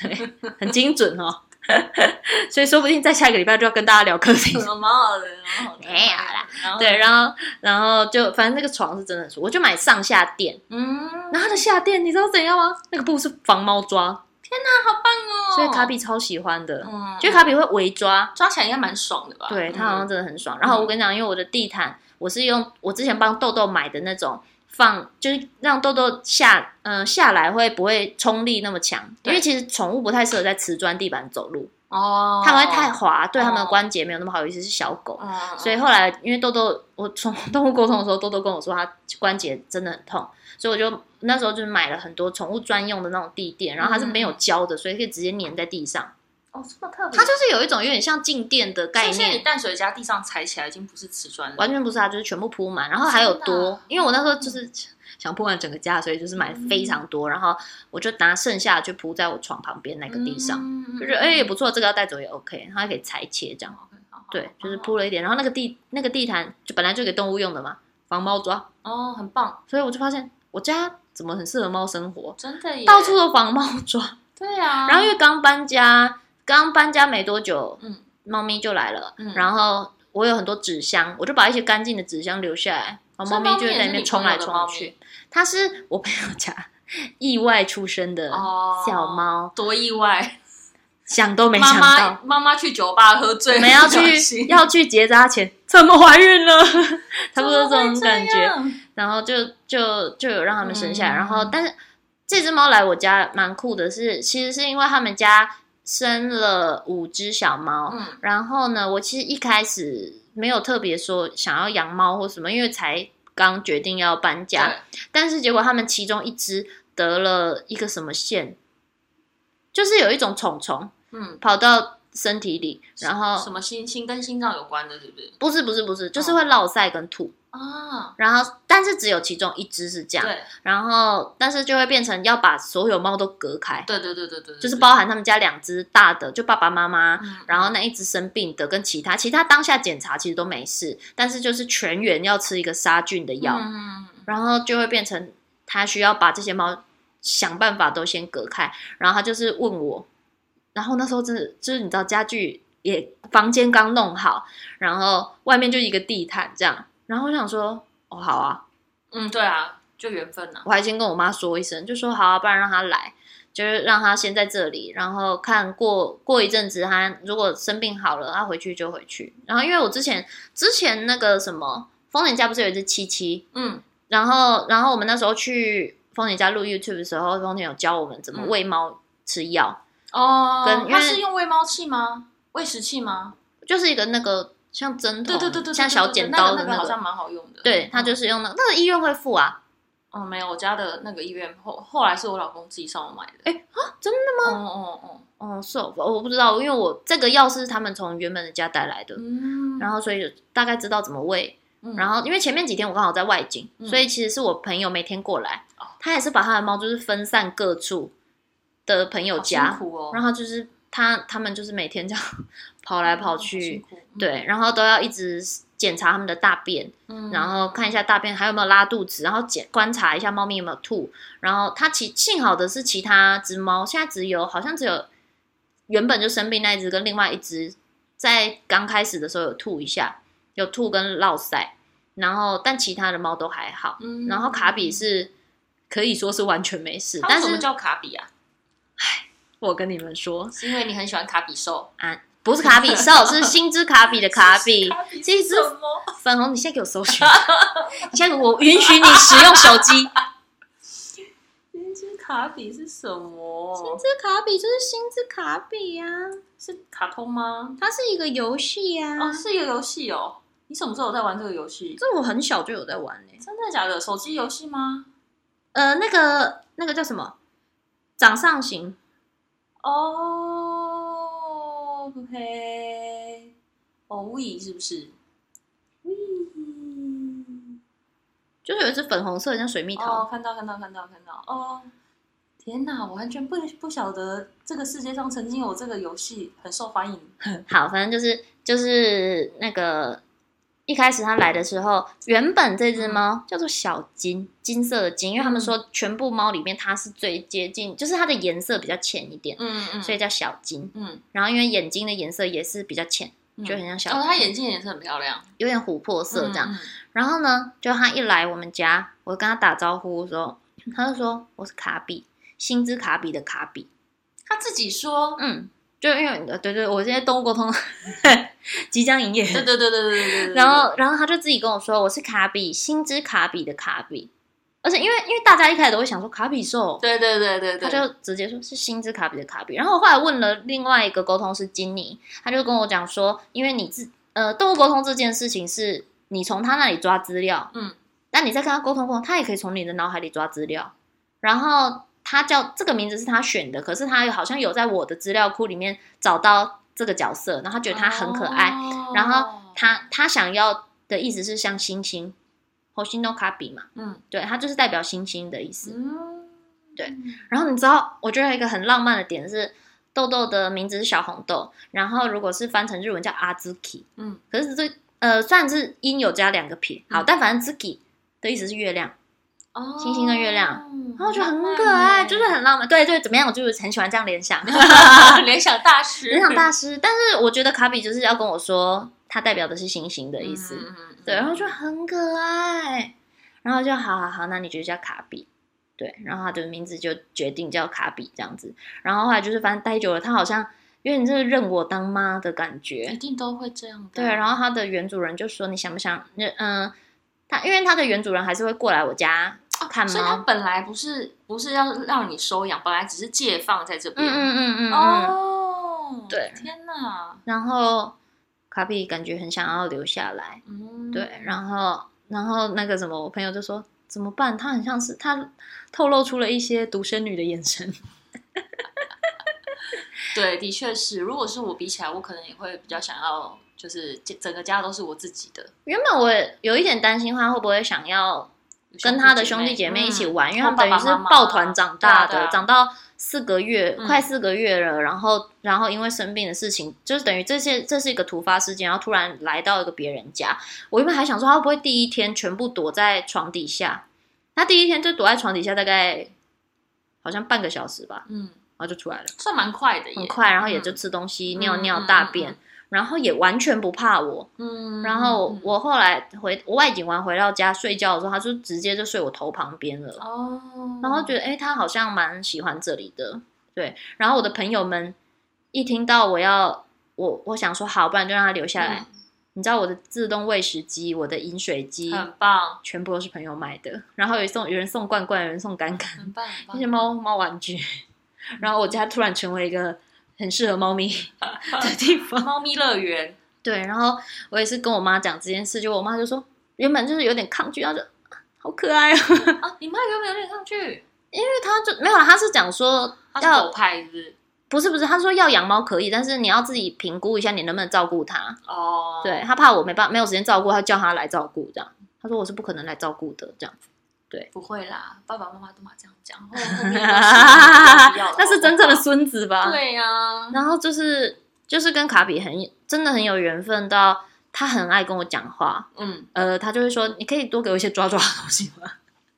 Speaker 2: 对，很精准哦。 (laughs) 所以说不定在下个礼拜就要跟大家聊客厅。
Speaker 1: 蛮好的，蛮好的。
Speaker 2: 没有啦
Speaker 1: 然后，
Speaker 2: 对，然后然后就反正那个床是真的很舒服，我就买上下垫。
Speaker 1: 嗯，
Speaker 2: 然后它的下垫你知道怎样吗？那个布是防猫抓，
Speaker 1: 好棒哦。
Speaker 2: 所以卡，比超喜欢的，
Speaker 1: 嗯，
Speaker 2: 就卡比会围抓，
Speaker 1: 抓起来应该蛮爽的吧？
Speaker 2: 对它
Speaker 1: 嗯
Speaker 2: 好像真的很爽。然后我跟你讲，因为我的地毯我是用我之前帮豆豆买的那种。放就是让豆豆下，嗯、下来会不会冲力那么强？因为
Speaker 1: 对
Speaker 2: 其实宠物不太适合在瓷砖地板走路，
Speaker 1: 哦，
Speaker 2: 它们会太滑，对它们的
Speaker 1: 哦
Speaker 2: 关节没有那么好，尤其是小狗。
Speaker 1: 嗯，
Speaker 2: 所以后来，因为豆豆，我从 (laughs) 动物沟通的时候，豆豆跟我说他关节真的很痛，所以我就那时候就是买了很多宠物专用的那种地垫，然后它是
Speaker 1: 嗯
Speaker 2: 没有胶的，所以可以直接粘在地上。
Speaker 1: 哦，这么特别，
Speaker 2: 它就是有一种有点像静电的概
Speaker 1: 所以现在你
Speaker 2: 念，
Speaker 1: 淡水家地上踩起来已经不是瓷砖了，
Speaker 2: 完全不是它，啊就是全部铺满，然后还有
Speaker 1: 真的
Speaker 2: 多
Speaker 1: 啊，
Speaker 2: 因为我那时候就是想铺满整个家，所以就是买
Speaker 1: 嗯
Speaker 2: 非常多，然后我就拿剩下的去铺在我床旁边那个地上，
Speaker 1: 嗯
Speaker 2: 就是哎、也不错，这个要带走也 OK，它还可以裁切这样。
Speaker 1: 嗯
Speaker 2: 对，就是铺了一点，然后那个地那个地毯就本来就给动物用的嘛，防猫抓，
Speaker 1: 哦，很棒，
Speaker 2: 所以我就发现我家怎么很适合猫生活，
Speaker 1: 真的耶，
Speaker 2: 到处都防猫抓。
Speaker 1: 对啊，
Speaker 2: 然后因为刚搬家，刚搬家没多久，
Speaker 1: 嗯
Speaker 2: 猫咪就来了，
Speaker 1: 嗯
Speaker 2: 然后我有很多纸箱，我就把一些干净的纸箱留下来，然后
Speaker 1: 所
Speaker 2: 猫
Speaker 1: 以
Speaker 2: 咪
Speaker 1: 猫咪
Speaker 2: 就
Speaker 1: 也
Speaker 2: 在
Speaker 1: 是
Speaker 2: 里面
Speaker 1: 你
Speaker 2: 冲
Speaker 1: 朋
Speaker 2: 来
Speaker 1: 友的
Speaker 2: 冲
Speaker 1: 猫
Speaker 2: 去
Speaker 1: 咪。
Speaker 2: 它是我朋友家 (laughs) 意外出生的
Speaker 1: 哦
Speaker 2: 小猫，
Speaker 1: 多意外，
Speaker 2: 想都没
Speaker 1: 妈
Speaker 2: 想到
Speaker 1: 妈。妈妈去酒吧喝 (laughs) 醉，
Speaker 2: 我们要
Speaker 1: 不小
Speaker 2: 去
Speaker 1: 心
Speaker 2: 要去结扎前，怎么怀孕了？ (laughs) 差不多这种感
Speaker 1: 怎么
Speaker 2: 觉。
Speaker 1: 会这样
Speaker 2: 然后就就就有让他们生下来。
Speaker 1: 嗯
Speaker 2: 然后，但是这只猫来我家蛮酷的是，其实是因为他们家生了五只小猫。
Speaker 1: 嗯
Speaker 2: 然后呢，我其实一开始没有特别说想要养猫或什么，因为才刚决定要搬家。
Speaker 1: 对
Speaker 2: 但是结果他们其中一只得了一个什么线，就是有一种虫虫
Speaker 1: 嗯，
Speaker 2: 跑到身体里，然后
Speaker 1: 什么心心跟心脏有关的，是不是？
Speaker 2: 不是不是不是，
Speaker 1: 哦
Speaker 2: 就是会落腮跟吐，
Speaker 1: 啊，
Speaker 2: 然后但是只有其中一只是这样，
Speaker 1: 对
Speaker 2: 然后但是就会变成要把所有猫都隔开，
Speaker 1: 对对对对对，对
Speaker 2: 就是包含他们家两只大的，就爸爸妈妈，
Speaker 1: 嗯
Speaker 2: 然后那一只生病的跟其他，其他当下检查其实都没事，但是就是全员要吃一个杀菌的药，
Speaker 1: 嗯嗯嗯
Speaker 2: 然后就会变成他需要把这些猫想办法都先隔开，然后他就是问我，然后那时候真的就是你知道家具也房间刚弄好，然后外面就一个地毯这样，然后我想说哦好啊，
Speaker 1: 嗯，对啊，就缘分呐，
Speaker 2: 我还先跟我妈说一声，就说好啊，不然让他来，就是让他先在这里，然后看过过一阵子，他如果生病好了，他回去就回去。然后因为我之前之前那个什么风景家不是有一只七七，
Speaker 1: 嗯
Speaker 2: 然后，然后我们那时候去丰田家录 YouTube 的时候，丰田有教我们怎么
Speaker 1: 嗯
Speaker 2: 喂猫吃药，
Speaker 1: 哦
Speaker 2: 跟因为
Speaker 1: 它是用喂猫器吗？喂食器吗？
Speaker 2: 就是一个那个像针筒，
Speaker 1: 对对对对对，
Speaker 2: 像
Speaker 1: 对
Speaker 2: 小
Speaker 1: 对
Speaker 2: 剪
Speaker 1: 那个
Speaker 2: 刀的
Speaker 1: 那个好像
Speaker 2: 个。
Speaker 1: 蛮好用的。
Speaker 2: 对，他
Speaker 1: 嗯
Speaker 2: 就是用那那个医院会付啊，
Speaker 1: 哦，没有，我家的那个医院后后来是我老公自己上网买的。
Speaker 2: 哎
Speaker 1: 啊，
Speaker 2: 真
Speaker 1: 的吗？哦哦哦，
Speaker 2: 哦，是哦，我我不知道，因为我这个药是他们从原本的家带来的，
Speaker 1: 嗯，
Speaker 2: 然后所以大概知道怎么喂。
Speaker 1: 嗯
Speaker 2: 然后因为前面几天我刚好在外景，
Speaker 1: 嗯
Speaker 2: 所以其实是我朋友每天过来
Speaker 1: 哦，
Speaker 2: 他也是把他的猫就是分散各处的朋友
Speaker 1: 好辛
Speaker 2: 家，
Speaker 1: 苦哦，
Speaker 2: 然后就是他他们就是每天这样 (laughs) 跑来跑
Speaker 1: 嗯
Speaker 2: 去，
Speaker 1: 好辛苦，
Speaker 2: 对，然后都要一直检查他们的大便，
Speaker 1: 嗯，
Speaker 2: 然后看一下大便还有没有拉肚子，然后检观察一下猫咪有没有吐。然后它其幸好的是其他只猫，现在只有好像只有原本就生病那一只跟另外一只在刚开始的时候有吐一下，有吐跟落腮，然后但其他的猫都还好。
Speaker 1: 嗯，
Speaker 2: 然后卡比是可以说是完全没事，
Speaker 1: 它为
Speaker 2: 但
Speaker 1: 什么
Speaker 2: 是
Speaker 1: 叫卡比啊？
Speaker 2: 我跟你们说
Speaker 1: 是因为你很喜欢卡比兽，
Speaker 2: 啊，不是卡比兽，是新之卡比的卡
Speaker 1: (laughs)
Speaker 2: 比。
Speaker 1: 卡比
Speaker 2: 这一
Speaker 1: 是
Speaker 2: 只
Speaker 1: 什么？
Speaker 2: 粉红，你现在给我搜 (laughs) 寻，你现在给我允许你使用手机。
Speaker 1: 这只卡比是什么？
Speaker 2: 之卡比就是星之卡比呀、
Speaker 1: 是卡通吗？
Speaker 2: 它是一个游戏呀
Speaker 1: 哦，是一个游戏哦。你什么时候有在玩这个游戏？
Speaker 2: 这我很小就有在玩呢、
Speaker 1: 真的假的？手机游戏吗？
Speaker 2: 呃，那个那个叫什么？掌上型，
Speaker 1: 哦，OK，哦，We 是不是？We，
Speaker 2: 就是有一只粉红色，像水蜜桃。
Speaker 1: 哦，看到看到看到看到，哦，天哪，我完全不不晓得这个世界上曾经有这个游戏很受欢迎。
Speaker 2: 好，反正就是就是那个一开始它来的时候，原本这只猫叫做小金，金色的金，因为他们说全部猫里面它是最接近，就是它的颜色比较浅一点，
Speaker 1: 嗯嗯，
Speaker 2: 所以叫小金。
Speaker 1: 嗯，
Speaker 2: 然后因为眼睛的颜色也是比较浅，
Speaker 1: 嗯
Speaker 2: 就很像小，
Speaker 1: 哦，它眼睛颜色很漂亮，
Speaker 2: 有点琥珀色这样。
Speaker 1: 嗯，
Speaker 2: 然后呢，就他一来我们家，我跟他打招呼的时候，他就说我是卡比，薪资卡比的卡比。
Speaker 1: 他自己说，
Speaker 2: 嗯，就因为呃对对，我现在动物
Speaker 1: (laughs)
Speaker 2: 沟通即将营业。
Speaker 1: 对对对对对对对对，
Speaker 2: 然后，然后他就自己跟我说我是卡比，薪资卡比的卡比。而且因为因为大家一开始都会想说卡比兽，
Speaker 1: 对对对对
Speaker 2: 他
Speaker 1: 对，
Speaker 2: 就直接说是薪资卡比的卡比。然后我后来问了另外一个沟通师金妮，他就跟我讲说，因为你自呃动物沟通这件事情是你从他那里抓资料，
Speaker 1: 嗯，
Speaker 2: 但你在跟他沟通过程，他也可以从你的脑海里抓资料。然后他叫这个名字是他选的，可是他好像有在我的资料库里面找到这个角色，然后他觉得他很可爱，
Speaker 1: 哦
Speaker 2: 然后他他想要的意思是像星星，火星 no 卡比嘛，
Speaker 1: 嗯
Speaker 2: 对，它就是代表星星的意思。
Speaker 1: 嗯，
Speaker 2: 对，然后你知道，我觉得有一个很浪漫的点是，豆豆的名字是小红豆，然后如果是翻成日文叫阿兹基，
Speaker 1: 嗯，
Speaker 2: 可是这呃虽然是音有加两个撇，好，
Speaker 1: 嗯
Speaker 2: 但反正 z k i 的意思是月亮，
Speaker 1: 哦，
Speaker 2: 星星跟月亮，
Speaker 1: 然
Speaker 2: 然后我觉得很可
Speaker 1: 欸
Speaker 2: 爱，就是很浪漫。对对，怎么样？我就是很喜欢这样联想，
Speaker 1: 啊
Speaker 2: (laughs)
Speaker 1: 联想大师，
Speaker 2: 联想大师。 (laughs) 但是我觉得卡比就是要跟我说，它代表的是星星的
Speaker 1: 的
Speaker 2: 意思。
Speaker 1: 对，
Speaker 2: 对，然后就很可爱，然后就好好好，那你就叫卡比，对，然后他的名字就决定叫卡比这样子，然后后来就是反正待久了，他好像有点就是认我当妈的感
Speaker 1: 一
Speaker 2: 觉，
Speaker 1: 定都会这样的，
Speaker 2: 对，然后他的原主人就说你想不想，那嗯，他因为他的原主人还是会过来我家看
Speaker 1: 哦所以他
Speaker 2: 猫，
Speaker 1: 本来不是不是要让你收养，本来只是借放在这
Speaker 2: 嗯
Speaker 1: 边，
Speaker 2: 嗯嗯嗯嗯，
Speaker 1: 哦，
Speaker 2: 对
Speaker 1: 天哪，
Speaker 2: 然后卡比感觉很想要留下来，
Speaker 1: 嗯，
Speaker 2: 对，然后然后那个什么，我朋友就说怎么办？他很像是他透露出了一些独生女的眼神。 (laughs)
Speaker 1: 对，的确是。如果是我比起来，我可能也会比较想要，就是整个家都是我自己的，
Speaker 2: 原本我有一点担心他会不会想要跟他的兄弟姐妹一起玩，因为他们等于是抱团长大的，
Speaker 1: 对啊对啊
Speaker 2: 长到四个月，
Speaker 1: 嗯
Speaker 2: 快四个月了。然后然后因为生病的事情，就是等于这些这是一个突发事件，然后突然来到一个别人家。我原本还想说他会不会第一天全部躲在床底下，他第一天就躲在床底下大概好像半个小时吧，
Speaker 1: 嗯，
Speaker 2: 然后就出来了。
Speaker 1: 算蛮快的耶，
Speaker 2: 很快，然后
Speaker 1: 嗯
Speaker 2: 也就吃东西、尿尿、大便，然后也完全不怕我。
Speaker 1: 嗯，嗯，
Speaker 2: 然后我后来回我外景完回到家睡觉的时候，他就直接就睡我头旁边了。
Speaker 1: 哦，
Speaker 2: 然后觉
Speaker 1: 得
Speaker 2: 得哎、诶他好像蛮喜欢这里的，对。然后我的朋友们一听到我要我我想说好，不然就让他留下
Speaker 1: 嗯
Speaker 2: 来。你知道我的自动喂食机、我的饮水机，
Speaker 1: 嗯很棒，
Speaker 2: 全部都是朋友买的。然后有送有人送罐罐，有人送杆杆，
Speaker 1: 很棒，很
Speaker 2: 那些
Speaker 1: 棒。
Speaker 2: 猫猫玩具， (laughs) 然后我家突然成为一个很适合猫咪
Speaker 1: (laughs)
Speaker 2: 的地方。
Speaker 1: 嗯猫咪乐园， (laughs)
Speaker 2: 对，然后我也是跟我妈讲这件事，就我妈就说，原本就是有点抗拒，她就啊好可爱哦， (laughs)
Speaker 1: 啊，你妈原本有点抗拒，
Speaker 2: 因为她就没有啦，啊她是讲说
Speaker 1: 她是
Speaker 2: 要
Speaker 1: 狗派是不是？
Speaker 2: 不是不是，她说要养猫可以，但是你要自己评估一下你能不能照顾它。
Speaker 1: 哦，
Speaker 2: 对，她怕我没办法没有时间照顾，她叫她来照顾这样。她说我是不可能来照顾的这样。
Speaker 1: 不会啦，爸爸妈妈都嘛这样讲， (laughs) 后后面都是不要了
Speaker 2: 那是真正的孙子吧？
Speaker 1: 对呀，
Speaker 2: (laughs) 然后就是就是跟卡比很真的很有缘分，到他很爱跟我讲话，
Speaker 1: 嗯，
Speaker 2: 呃，他就会说你可以多给我一些抓抓的东西吗？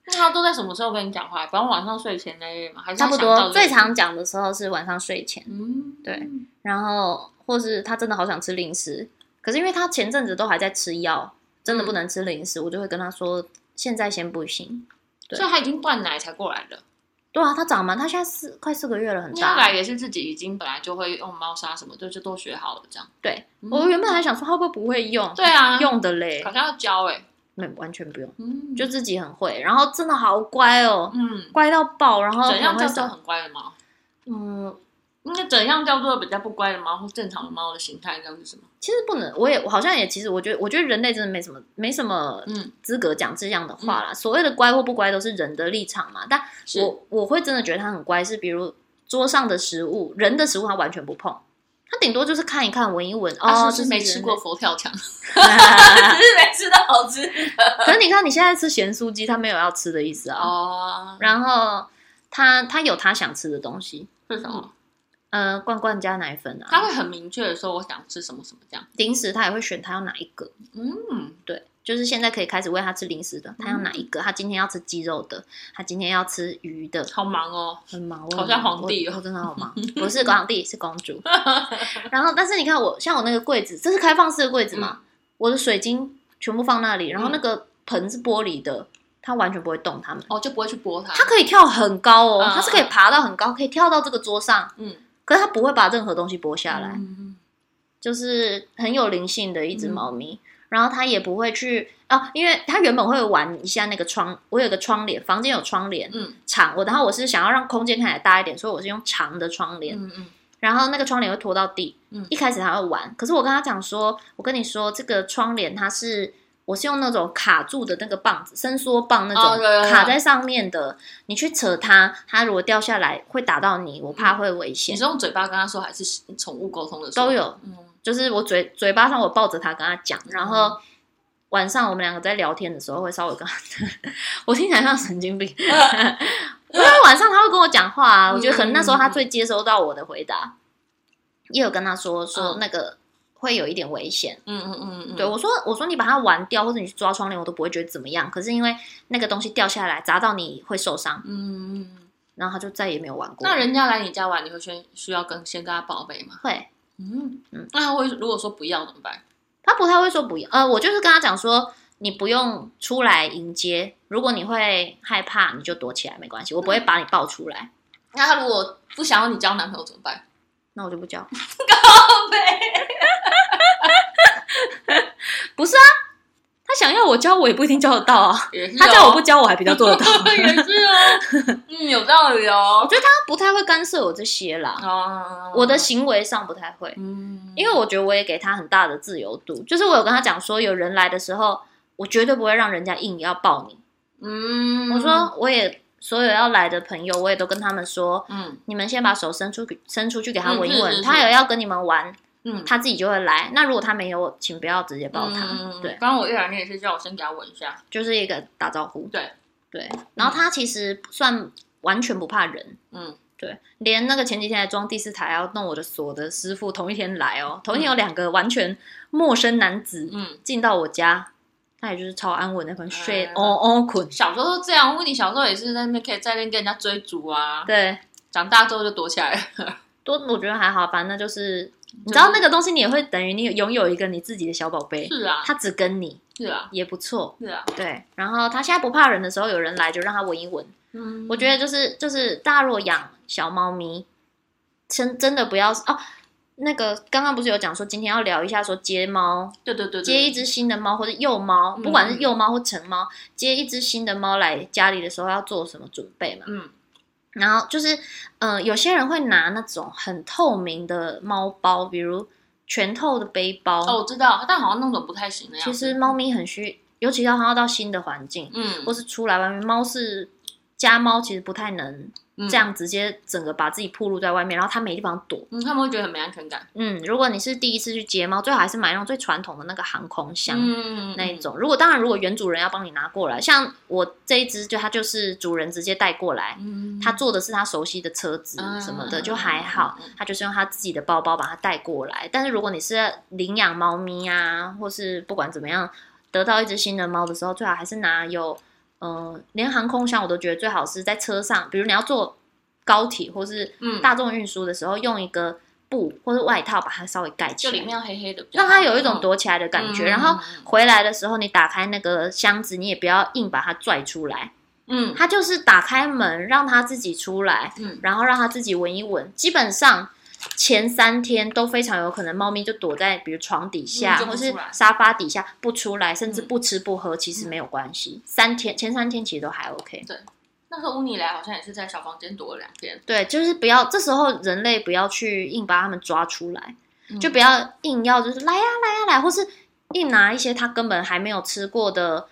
Speaker 1: 那他都在什么时候跟你讲话？反正晚上睡前那一类嘛，还是
Speaker 2: 差
Speaker 1: 他
Speaker 2: 不
Speaker 1: 想
Speaker 2: 多
Speaker 1: 到这个
Speaker 2: 最常讲的时候是晚上睡前，
Speaker 1: 嗯，
Speaker 2: 对然后或是他真的好想吃零食，可是因为他前阵子都还在吃药，真
Speaker 1: 嗯
Speaker 2: 的不能吃零食，我就会跟他说现在先不行。对
Speaker 1: 所以他已经断奶才过来的。
Speaker 2: 对啊，他长蛮，他现在四快四个月了，很
Speaker 1: 他来
Speaker 2: 大。
Speaker 1: 也是自己已经本来就会用猫砂什么，就就都学好了这样。
Speaker 2: 对
Speaker 1: 嗯
Speaker 2: 我原本还想说他会不会用，
Speaker 1: 对啊，
Speaker 2: 用的嘞
Speaker 1: 好，像要教哎、
Speaker 2: 没完全不用，
Speaker 1: 嗯，
Speaker 2: 就自己很会，然后真的好乖哦，
Speaker 1: 嗯，
Speaker 2: 乖到爆，然后
Speaker 1: 怎样
Speaker 2: 很
Speaker 1: 叫
Speaker 2: 会
Speaker 1: 做
Speaker 2: 上
Speaker 1: 很乖的猫？
Speaker 2: 嗯，
Speaker 1: 那怎样叫做比较不乖的猫或正常的猫的形态应该是什么？
Speaker 2: 其实不能，我也我好像也其实我觉得，我觉得人类真的没什么没什么
Speaker 1: 嗯
Speaker 2: 资格讲这样的话啦。所谓的乖或不乖，都是人的立场嘛。但
Speaker 1: 是
Speaker 2: 我我会真的觉得它很乖，是比如桌上的食物，人的食物它完全不碰，它顶多就是看一看、闻一闻。
Speaker 1: 它
Speaker 2: 哦，
Speaker 1: 啊是不
Speaker 2: 这是
Speaker 1: 是没吃
Speaker 2: (laughs)
Speaker 1: 过。佛跳墙，(laughs)
Speaker 2: 可
Speaker 1: 是没吃到好吃
Speaker 2: 是你看，你现在吃咸酥鸡，它没有要吃的意思啊。
Speaker 1: 哦。
Speaker 2: 然后它它有它想吃的东西，
Speaker 1: 是什么？
Speaker 2: 呃罐罐加奶粉啊，
Speaker 1: 他会很明确的说我想吃什么什么这样。
Speaker 2: 零食他也会选他要哪一个。
Speaker 1: 嗯，
Speaker 2: 对，就是现在可以开始喂他吃零食的，他要哪一个？他今天要吃鸡肉的，他今天要吃鱼的，
Speaker 1: 好忙哦。
Speaker 2: 很忙，我
Speaker 1: 好像皇帝
Speaker 2: 我
Speaker 1: 哦
Speaker 2: 我真的
Speaker 1: (laughs)
Speaker 2: 好忙。我是皇帝，是公主。然后，但是你看我，像我那个柜子，这是开放式的柜子
Speaker 1: 嗯
Speaker 2: 嘛，我的水晶全部放那里，然后那个盆是玻璃的，它完全不会动它们。
Speaker 1: 哦，就不会去拨它。
Speaker 2: 它可以跳很高哦，
Speaker 1: 嗯
Speaker 2: 它是可以爬到很高，可以跳到这个桌上，
Speaker 1: 嗯，
Speaker 2: 可是它不会把任何东西剥下来，
Speaker 1: 嗯嗯
Speaker 2: 就是很有灵性的一只猫咪。然后它也不会去哦，因为它原本会玩一下那个窗，我有个窗帘，房间有窗帘
Speaker 1: 嗯
Speaker 2: 长，我然后我是想要让空间看起来大一点，所以我是用长的窗帘。
Speaker 1: 嗯嗯
Speaker 2: 然后那个窗帘会拖到地。
Speaker 1: 嗯
Speaker 2: 一开始还会玩，可是我跟他讲说，我跟你说，这个窗帘它是我是用那种卡住的那个棒子，伸缩棒那
Speaker 1: 哦有有有
Speaker 2: 种卡在上面的，你去扯它，它如果掉下来会打到你，我怕会危
Speaker 1: 嗯你
Speaker 2: 险。
Speaker 1: 是用嘴巴跟他说，还是宠物沟通的时候
Speaker 2: 都？有，
Speaker 1: 嗯
Speaker 2: 就是我嘴嘴巴上我抱着它跟他讲，然后。晚上我们两个在聊天的时候，会稍微跟他， (laughs) 我听起来像神经病，
Speaker 1: (laughs)
Speaker 2: 因为晚上他会跟我讲话啊。我觉得可能那时候
Speaker 1: 嗯
Speaker 2: 他最接收到我的回答，也有跟他说说
Speaker 1: 嗯
Speaker 2: 那个会有一点危险，
Speaker 1: 嗯嗯嗯嗯，
Speaker 2: 对，我说，我说你把它玩掉，或者你去抓窗帘，我都不会觉得怎么样。可是因为那个东西掉下来砸到你会受伤，
Speaker 1: 嗯嗯嗯。
Speaker 2: 然后他就再也没有玩过。
Speaker 1: 那人家来你家玩，你会先需要跟先跟他报备吗？
Speaker 2: 会，
Speaker 1: 嗯
Speaker 2: 嗯，
Speaker 1: 那他会如果说不要怎么办？
Speaker 2: 他不太会说不要。呃，我就是跟他讲说，你不用出来迎接，如果你会害怕，你就躲起来，没关系，我不会把你抱出来。
Speaker 1: 那他如果不想要你交男朋友怎么办？
Speaker 2: 那我就不
Speaker 1: (laughs)
Speaker 2: 教。
Speaker 1: 报备。
Speaker 2: 不是啊，他想要我教，我也不一定教得到 (laughs) 啊。
Speaker 1: 也是
Speaker 2: 他叫我不
Speaker 1: 哦
Speaker 2: 教，我还比较做得 (laughs) 到。
Speaker 1: (laughs) 也是
Speaker 2: (laughs)
Speaker 1: 哦，嗯，有道理哦。
Speaker 2: 他不太会干涉我这些啦，
Speaker 1: 啊，
Speaker 2: 我的，行为上不太会。
Speaker 1: 嗯，
Speaker 2: 因为我觉得我也给他很大的自由度，就是我有跟他讲说，有人来的时候，我绝对不会让人家硬要抱你。
Speaker 1: 嗯，
Speaker 2: 我，说我也所有要来的朋友，我也都跟他们说，
Speaker 1: 嗯
Speaker 2: 你们先把手伸出去伸出去给他
Speaker 1: 嗯
Speaker 2: 闻一
Speaker 1: 是
Speaker 2: 闻，
Speaker 1: 是是
Speaker 2: 他有要跟你们玩，
Speaker 1: 嗯，
Speaker 2: 他自己就会来。那如果他没有，请不要直接抱他，
Speaker 1: 嗯
Speaker 2: 对，
Speaker 1: 刚刚我一来，你也是叫我先给他闻一下，
Speaker 2: 就是一个打招呼。
Speaker 1: 对
Speaker 2: 对，然后他其实不算完全不怕人。
Speaker 1: 嗯，
Speaker 2: 对，连那个前几天来装第四台要弄我的锁的师傅，同一天来哦，同一天有两个完全陌生男子，
Speaker 1: 嗯，
Speaker 2: 进到我家，他也就是超安稳的，可能睡
Speaker 1: 嗯
Speaker 2: 哦哦困。
Speaker 1: 小时候都这样，问你小时候也是在那边可以在那边跟人家追逐啊，
Speaker 2: 对，
Speaker 1: 长大之后就躲起来了，
Speaker 2: 多我觉得还好，反正就是你知道那个东西，你也会等于你拥有一个你自己的小宝贝，
Speaker 1: 是啊，
Speaker 2: 他只跟你
Speaker 1: 是啊，
Speaker 2: 也不错。
Speaker 1: 是啊，
Speaker 2: 对，然后他现在不怕人的时候，有人来就让他闻一闻。
Speaker 1: 嗯
Speaker 2: 我觉得就是就是大家如果养小猫咪，真真的不要哦。那个刚刚不是有讲说今天要聊一下说接猫
Speaker 1: 对对对，对
Speaker 2: 接一，只新的猫或者幼猫，
Speaker 1: 嗯
Speaker 2: 不管是幼猫或成猫，接一只新的猫来家里的时候要做什么准备嘛？
Speaker 1: 嗯
Speaker 2: 然后就是，呃，有些人会拿那种很透明的猫包，比如拳头的背包。
Speaker 1: 哦，我知道，但好像那种不太行的样
Speaker 2: 其
Speaker 1: 子，
Speaker 2: 实猫咪很需，尤其要它要到新的环境，
Speaker 1: 嗯，
Speaker 2: 或是出来外面，猫是家猫其实不太能
Speaker 1: 嗯
Speaker 2: 这，样直接整个把自己暴露在外面，然后它没地方躲。
Speaker 1: 嗯，他们会觉得很没安全感，
Speaker 2: 嗯，如果你是第一次去接猫，最好还是买那种最传统的那个航空箱。
Speaker 1: 嗯
Speaker 2: 那一，种。如果当然，如果原主人要帮你拿过来，像我这一只，就它就是主人直接带过来，
Speaker 1: 嗯，
Speaker 2: 他坐的是他熟悉的车子什么的，
Speaker 1: 嗯
Speaker 2: 就还好
Speaker 1: 嗯嗯嗯。
Speaker 2: 他就是用他自己的包包把它带过来。但是如果你是领养猫咪啊，或是不管怎么样得到一只新的猫的时候，最好还是拿有，呃，连航空箱我都觉得最好是在车上，比如你要坐高铁或是
Speaker 1: 嗯，
Speaker 2: 大众运输的时候，用一个布或是外套把它稍微盖起
Speaker 1: 就
Speaker 2: 来，
Speaker 1: 里面要黑黑的比较好，
Speaker 2: 让它有一种躲起来的感觉。
Speaker 1: 嗯
Speaker 2: 然后
Speaker 1: 嗯嗯嗯
Speaker 2: 回来的时候，你打开那个箱子，你也不要硬把它拽出来，
Speaker 1: 嗯，
Speaker 2: 它就是打开门让它自己出来，
Speaker 1: 嗯
Speaker 2: 然后让它自己闻一闻。基本上前三天都非常有可能，猫咪就躲在比如床底下、
Speaker 1: 嗯就不
Speaker 2: 或是
Speaker 1: 出来
Speaker 2: 沙发底下不出来，甚至
Speaker 1: 嗯
Speaker 2: 不吃不喝，其实没有关系。三天前三天其实都还 OK。
Speaker 1: 那时候乌尼来好像也是在小房间躲了两天，
Speaker 2: 对，就是不要这时候人类不要去硬把它们抓出来，
Speaker 1: 嗯
Speaker 2: 就不要硬要就是来呀、来呀、来，或是硬拿一些它根本还没有吃过的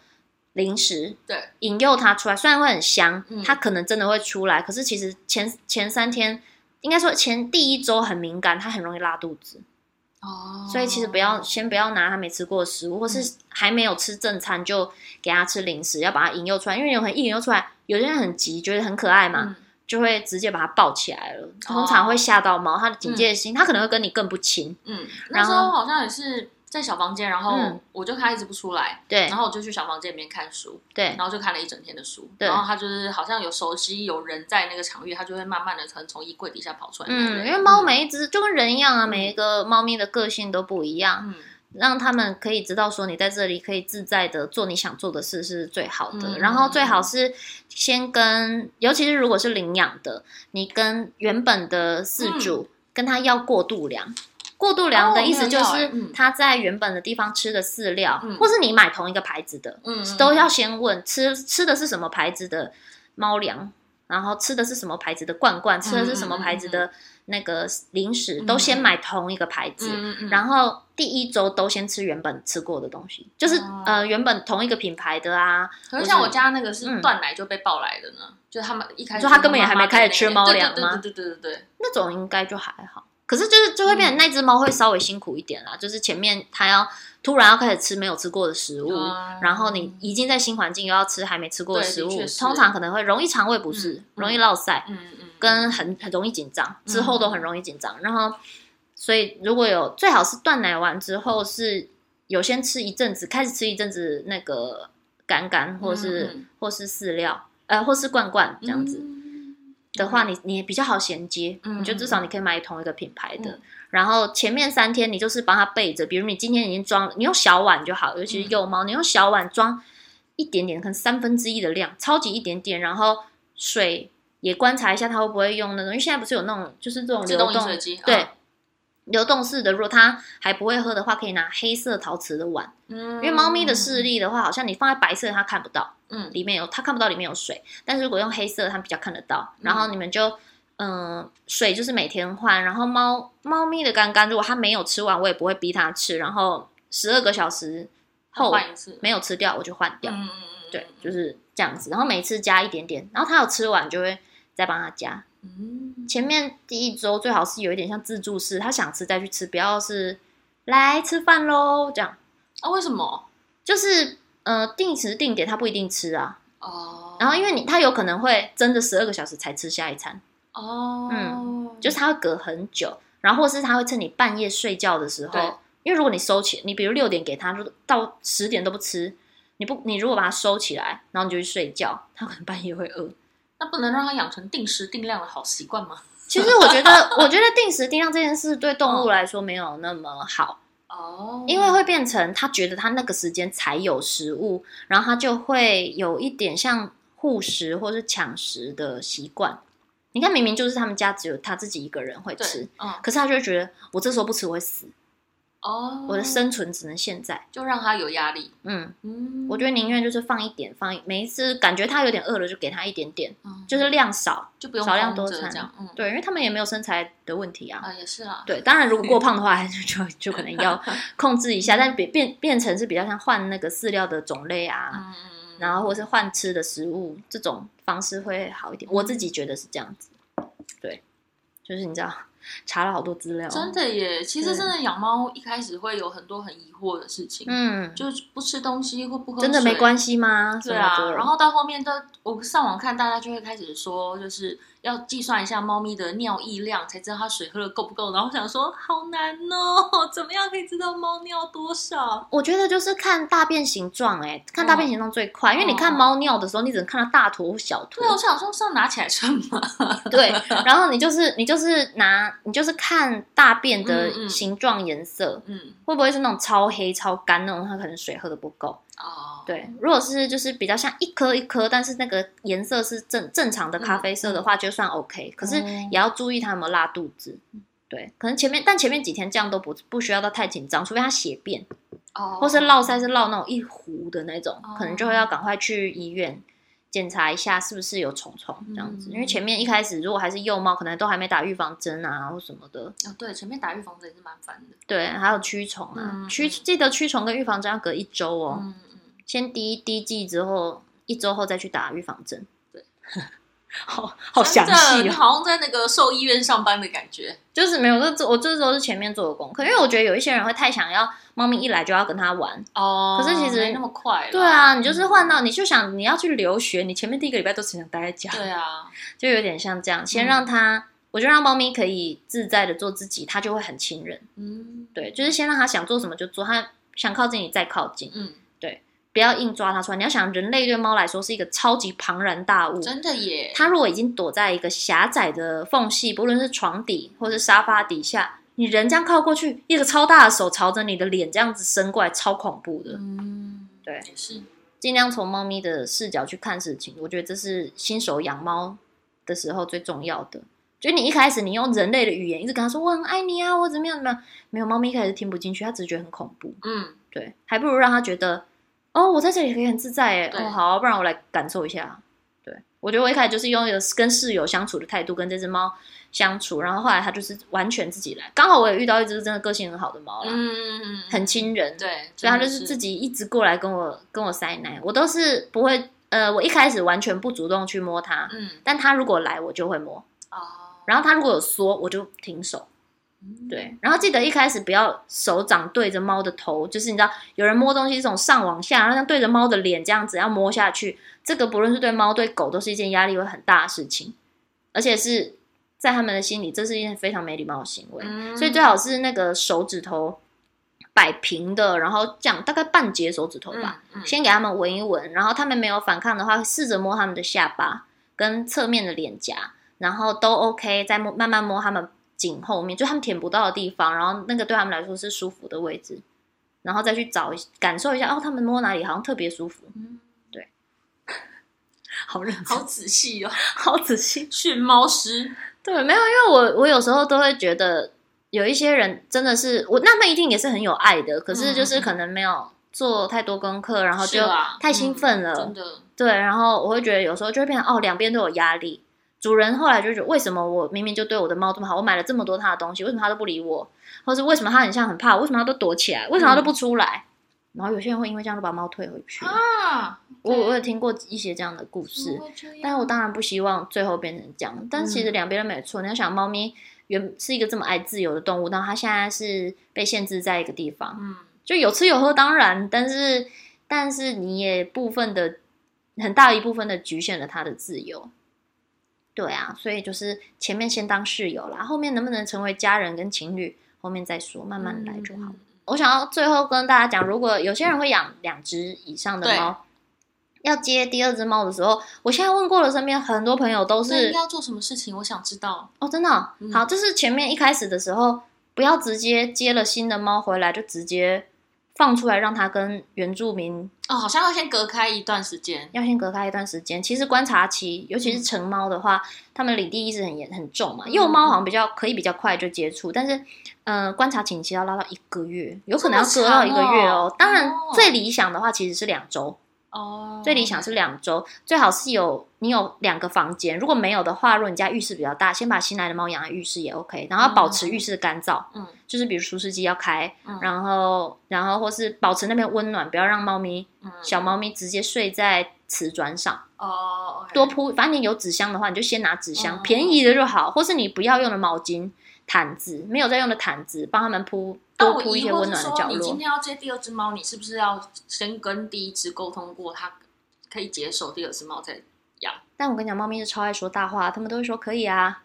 Speaker 2: 零食，
Speaker 1: 对，
Speaker 2: 引诱它出来。虽然会很香
Speaker 1: 嗯，
Speaker 2: 它可能真的会出来，可是其实前前三天。应该说前第一周很敏感，它很容易拉肚子，
Speaker 1: 哦，嗯
Speaker 2: 所以其实不要先不要拿它没吃过的食物，或是还没有吃正餐就给它吃零食，要把它引诱出来，因为有很一引诱出来，有些人很急，觉得很可爱嘛，
Speaker 1: 嗯
Speaker 2: 就会直接把它抱起来了，通常
Speaker 1: 哦
Speaker 2: 会吓到猫，它的警戒心，它可能会跟你更不亲。
Speaker 1: 嗯，那时候好像也是在小房间，然后
Speaker 2: 嗯
Speaker 1: 我就看他一直不出来，
Speaker 2: 对
Speaker 1: 然后我就去小房间里面看书，
Speaker 2: 对
Speaker 1: 然后就看了一整天的书，
Speaker 2: 对
Speaker 1: 然后他就是好像有熟悉有人在那个场域，他就会慢慢的可能从衣柜底下跑出来，对不
Speaker 2: 嗯，
Speaker 1: 对
Speaker 2: 因为猫，每一只就跟人一样啊，每一个猫咪的个性都不一样，
Speaker 1: 嗯
Speaker 2: 让它们可以知道说你在这里可以自在的做你想做的事是最好的。
Speaker 1: 嗯
Speaker 2: 然后最好是先跟，尤其是如果是领养的，你跟原本的饲主、跟他要过渡粮。过渡粮的意思就
Speaker 1: 嗯哦我有要
Speaker 2: 是
Speaker 1: 欸嗯
Speaker 2: 他在原本的地方吃的饲料，
Speaker 1: 嗯
Speaker 2: 或是你买同一个牌子的，
Speaker 1: 嗯，嗯
Speaker 2: 都要先问吃吃的是什么牌子的猫粮，然后吃的是什么牌子的罐罐，吃的是什么牌子的那个零食，
Speaker 1: 嗯
Speaker 2: 都先买同一个牌子。
Speaker 1: 嗯嗯，后
Speaker 2: 然后第一周都先吃原本吃过的东西，就是、
Speaker 1: 哦
Speaker 2: 呃原本同一个品牌的啊，
Speaker 1: 可是像
Speaker 2: 我
Speaker 1: 我
Speaker 2: 是
Speaker 1: 家那个是
Speaker 2: 嗯
Speaker 1: 断奶就被抱来的呢，就他们一开始
Speaker 2: 就他根本也还没开始吃猫粮
Speaker 1: 对
Speaker 2: 吗
Speaker 1: 对对对对对，
Speaker 2: 那种应该就还好。可是就是就会
Speaker 1: 嗯
Speaker 2: 变成那只猫会稍微辛苦一点啦，就是前面它要突然要开始吃没有吃过的食物，
Speaker 1: 哦
Speaker 2: 嗯然后你已经在新环境又要吃还没吃过的
Speaker 1: 对
Speaker 2: 食
Speaker 1: 的
Speaker 2: 物
Speaker 1: 确，是
Speaker 2: 通常可能会容易肠胃不适，
Speaker 1: 嗯
Speaker 2: 容易落塞，
Speaker 1: 嗯嗯，
Speaker 2: 跟很很容易紧张，之后都
Speaker 1: 嗯
Speaker 2: 很容易紧张。然后，所以如果有最好是断奶完之后是有先吃一阵子，开始吃一阵子那个杆杆或是、
Speaker 1: 嗯嗯
Speaker 2: 或是饲料，呃，或是罐罐这样子、
Speaker 1: 嗯
Speaker 2: 的话，你你比较好衔接，
Speaker 1: 嗯
Speaker 2: 你就至少你可以买同一个品牌的。
Speaker 1: 嗯
Speaker 2: 然后前面三天你就是帮它备着，比如你今天已经装，你用小碗就好，尤其
Speaker 1: 嗯
Speaker 2: 是幼猫，你用小碗装一点点，可能三分之一的量，超级一点点，然后水也观察一下它会不会用那种，因为现在不是有那种就是这种
Speaker 1: 自
Speaker 2: 流
Speaker 1: 动饮
Speaker 2: 动，
Speaker 1: 水机，
Speaker 2: 对。
Speaker 1: 嗯，
Speaker 2: 流动式的，如果它还不会喝的话，可以拿黑色陶瓷的碗，
Speaker 1: 因
Speaker 2: 因为猫咪的视，力的话，好像你放在白色它看不到，
Speaker 1: 嗯
Speaker 2: 里面有它看不到里面有水，但是如果用黑色，它比较看得到。
Speaker 1: 嗯
Speaker 2: 然后你们就，嗯、水就是每天换。然后猫猫咪的干干，如果它没有吃完，我也不会逼它吃。然后十二个小时后
Speaker 1: 换一次，
Speaker 2: 没有吃掉，我就换掉。
Speaker 1: 嗯嗯嗯嗯，
Speaker 2: 对，就是这样子。然后每次加一点点，然后它有吃完就会再帮它加。
Speaker 1: 嗯，
Speaker 2: 前面第一周最好是有一点像自助式，它想吃再去吃，不要是来吃饭喽这样。
Speaker 1: 啊，为什么？
Speaker 2: 就是呃定时定点它不一定吃啊，
Speaker 1: 哦，
Speaker 2: 然后因为你它有可能会真的十二个小时才吃下一餐，
Speaker 1: 哦，嗯
Speaker 2: 就是它会隔很久，然后或是它会趁你半夜睡觉的时
Speaker 1: 对
Speaker 2: 候，因为如果你收起，你比如六点给它，就到十点都不吃，你不你如果把它收起来，然后你就去睡觉，它可能半夜会饿。 (laughs)
Speaker 1: 那不能让它养成定时定量的好习惯吗？
Speaker 2: 其实我觉得，我觉得定时定量这件事对
Speaker 1: 嗯
Speaker 2: 动物来说没有那么好，
Speaker 1: 哦
Speaker 2: 因为会变成它觉得它那个时间才有食物，然后它就会有一点像护食或是抢食的习惯。你看，明明就是他们家只有他自己一个人会吃
Speaker 1: 对，，嗯，
Speaker 2: 可是他就会觉得我这时候不吃我会死，
Speaker 1: 哦，
Speaker 2: 我的生存只能现在。
Speaker 1: 就让它有压力，
Speaker 2: 嗯，
Speaker 1: 嗯，
Speaker 2: 我觉得宁愿就是放一点，放一每一次感觉他有点饿了就给他一点点，
Speaker 1: 嗯
Speaker 2: 就是量少。
Speaker 1: 就不用
Speaker 2: 少量
Speaker 1: 空着
Speaker 2: 多餐
Speaker 1: 这样，嗯，
Speaker 2: 对，因为他们也没有身材的问题啊。
Speaker 1: 啊，也是啦，
Speaker 2: 对，当然如果过胖的话， (laughs) 还是就就可能要控制一下，但变变变成是比较像换那个饲料的种类啊，
Speaker 1: 嗯嗯嗯，
Speaker 2: 然后或是换吃的食物这种方式会好一点。我自己觉得是这样子，对，就是你知道查了好多资料，
Speaker 1: 真，的耶，其实
Speaker 2: 对
Speaker 1: 真的养猫一开始会有很多很疑惑的事情，
Speaker 2: 嗯，
Speaker 1: 就是不吃东西或不喝
Speaker 2: 真的没
Speaker 1: 水
Speaker 2: 关系吗？
Speaker 1: 对
Speaker 2: 什么
Speaker 1: 啊，
Speaker 2: 的
Speaker 1: 然后到后面的我上网看，大家就会开始说，就是要计算一下猫咪的尿液量，才知道它水喝的够不够。然后我想说，好难哦， (laughs) 怎么样可以知道猫尿多少？
Speaker 2: 我觉得就是看大便形状、欸，哎，看大便形状最快，因为你看
Speaker 1: 嗯嗯
Speaker 2: 猫尿的时候，你只能看到大坨或小坨
Speaker 1: 对，，我想说是要拿起来称吗？
Speaker 2: 对，然后你就是你就是拿你就是看大便
Speaker 1: 嗯嗯
Speaker 2: 的形状颜色。
Speaker 1: (laughs) 嗯，
Speaker 2: 会不会是那种超黑超干那种？它可能水喝的不够。
Speaker 1: 哦，
Speaker 2: 对，如果是就是比较像一颗一颗，但是那个颜色是正正常的咖啡色的话，就算 OK、可是
Speaker 1: 嗯哦嗯
Speaker 2: 也要注意它有没有拉肚子。对，可能前面但前面几天这样都不不需要到太紧张，除非它血便
Speaker 1: 哦，
Speaker 2: 或是落腮是落那种一糊的那种
Speaker 1: 哦，
Speaker 2: 可能就会要赶快去医院检查一下是不是有虫虫这样子。
Speaker 1: 嗯
Speaker 2: 因为前面一开始如果还是幼猫，可能都还没打预防针啊或什么的，
Speaker 1: 哦，对，前面打预防针也是蛮烦的。
Speaker 2: 对，还有驱虫啊
Speaker 1: 嗯，
Speaker 2: 驱
Speaker 1: 嗯
Speaker 2: 记得驱虫跟预防针要隔一周哦。
Speaker 1: 嗯嗯，
Speaker 2: 先滴一滴剂之后，一周后再去打预防针。
Speaker 1: 对，
Speaker 2: 好 (laughs) 好详
Speaker 1: 真的
Speaker 2: 细
Speaker 1: 啊你
Speaker 2: 哦，
Speaker 1: 好像在那个兽医院上班的感觉。
Speaker 2: 就是没有，这这我这都是前面做的功课，因为我觉得有一些人会太想要猫咪一来就要跟它玩，
Speaker 1: 哦
Speaker 2: 可是其实
Speaker 1: 没那么快啦。
Speaker 2: 对啊，你就是换到你就想你要去留学，你前面第一个礼拜都只想待在家，
Speaker 1: 对嗯啊，
Speaker 2: 就有点像这样，先让它，我就让猫咪可以自在的做自己，它就会很亲人。
Speaker 1: 嗯，
Speaker 2: 对，就是先让它想做什么就做，它想靠近你再靠近，
Speaker 1: 嗯，
Speaker 2: 不要硬抓它出来。你要想，人类对猫来说是一个超级庞然大物。
Speaker 1: 真的耶。
Speaker 2: 它如果已经躲在一个狭窄的缝隙，不论是床底或是沙发底下，你人这样靠过去，一个超大的手朝着你的脸这样子伸过来，超恐怖的。
Speaker 1: 嗯，
Speaker 2: 对
Speaker 1: 也是。
Speaker 2: 尽量从猫咪的视角去看事情，我觉得这是新手养猫的时候最重要的。就你一开始你用人类的语言一直跟它说我很爱你啊，我怎么样怎么样，没有猫咪一开始听不进去，它只是觉得很恐怖。
Speaker 1: 嗯，
Speaker 2: 对，还不如让它觉得哦，我在这里可以很自在哎，
Speaker 1: 对
Speaker 2: 哦好，不然我来感受一下。对，我觉得我一开始就是用一个跟室友相处的态度跟这只猫相处，然后后来它就是完全自己来。刚好我也遇到一只真的个性很好的猫啦，
Speaker 1: 嗯，
Speaker 2: 很亲人，
Speaker 1: 对，
Speaker 2: 所以他
Speaker 1: 真
Speaker 2: 就
Speaker 1: 的
Speaker 2: 是自己一直过来跟我跟我塞奶，我都是不会，呃，我一开始完全不主动去摸它，
Speaker 1: 嗯
Speaker 2: 但它如果来我就会摸，
Speaker 1: 哦，
Speaker 2: 然后它如果有缩我就停手，
Speaker 1: 嗯，
Speaker 2: 对，然后记得一开始不要手掌对着猫的头，就是你知道有人摸东西是从上往下，然后像对着猫的脸这样子要摸下去，这个不论是对猫对狗都是一件压力会很大的事情，而且是在他们的心里这是一件非常没礼貌的行为，
Speaker 1: 嗯，
Speaker 2: 所以最好是那个手指头摆平的，然后这样大概半截手指头
Speaker 1: 嗯
Speaker 2: 吧，，
Speaker 1: 嗯
Speaker 2: 先给他们闻一闻，然后他们没有反抗的话，试着摸他们的下巴跟侧面的脸颊，然后都 OK，再摸慢慢摸他们颈后面，就他们舔不到的地方，然后那个对他们来说是舒服的位置，然后再去找一感受一下，哦，他们摸哪里好像特别舒服，
Speaker 1: 嗯
Speaker 2: 对，好认
Speaker 1: 好仔细哦，
Speaker 2: (laughs) 好仔细，
Speaker 1: 训猫师，
Speaker 2: 对，没有，因为我我有时候都会觉得有一些人真的是我，那他们一定也是很有爱的，可是就是可能没有做太多功课，然后
Speaker 1: 是
Speaker 2: 就
Speaker 1: 啊
Speaker 2: 太兴奋了，
Speaker 1: 真的，
Speaker 2: 对，然后我会觉得有时候就会变成哦，两边都有压力。主人后来就觉得，为什么我明明就对我的猫这么好，我买了这么多它的东西，为什么它都不理我，或是为什么它很像很怕我，为什么它都躲起来，为什么它都不出来？然后有些人会因为这样就把猫退回去。
Speaker 1: 啊，嗯
Speaker 2: 我我有听过一些这样的故事，但是我当然不希望最后变成这样。但其实两边都没有错。你要想，猫咪原是一个这么爱自由的动物，然后它现在是被限制在一个地方，
Speaker 1: 嗯，
Speaker 2: 就有吃有喝当然，但是但是你也部分的很大一部分的局限了它的自由。对啊，所以就是前面先当室友啦，后面能不能成为家人跟情侣，后面再说，慢慢来就好。
Speaker 1: 嗯。
Speaker 2: 我想要最后跟大家讲，如果有些人会养两只以上的
Speaker 1: 对
Speaker 2: 猫，要接第二只猫的时候，我现在问过了，身边很多朋友都
Speaker 1: 那应
Speaker 2: 是
Speaker 1: 该要做什么事情？我想知道。
Speaker 2: 哦，真的哦、
Speaker 1: 嗯
Speaker 2: 好，就是前面一开始的时候，不要直接接了新的猫回来就直接放出来，让它跟原住民
Speaker 1: 哦，好像要先隔开一段时间。
Speaker 2: 要先隔开一段时间。其实观察期，尤其是成猫的话，它们领地意识很严很重嘛，
Speaker 1: 嗯
Speaker 2: 幼猫好像比较可以比较快就接触，但是。呃，观察期其实要拉到一个月，有可能要
Speaker 1: 这么
Speaker 2: 隔到一个月
Speaker 1: 长哦
Speaker 2: 当然
Speaker 1: 哦，
Speaker 2: 最理想的话其实是两周，
Speaker 1: 哦，
Speaker 2: 最理想是两周，最好是有你有两个房间。如果没有的话，如果你家浴室比较大，先把新来的猫养在浴室也 OK，然后保持浴室的干燥，
Speaker 1: 嗯，
Speaker 2: 就是比如除湿机要开，
Speaker 1: 嗯
Speaker 2: 然后然后或是保持那边温暖，不要让猫咪
Speaker 1: 嗯
Speaker 2: 小猫咪直接睡在瓷砖上，
Speaker 1: 哦，OK，
Speaker 2: 多铺。反正你有纸箱的话，你就先拿纸箱，
Speaker 1: 嗯
Speaker 2: 便宜的就好，或是你不要用的毛巾、毯子，没有在用的毯子，帮他们铺
Speaker 1: 但
Speaker 2: 多
Speaker 1: 我
Speaker 2: 铺一
Speaker 1: 疑
Speaker 2: 些
Speaker 1: 惑
Speaker 2: 温
Speaker 1: 是
Speaker 2: 暖的
Speaker 1: 说，
Speaker 2: 角
Speaker 1: 你今
Speaker 2: 落。
Speaker 1: 天要接第二只猫，你是不是要先跟第一只沟通过，它可以接受第二只猫再养？
Speaker 2: 但我跟你讲，猫咪是超爱说大话，它们都会说可以啊。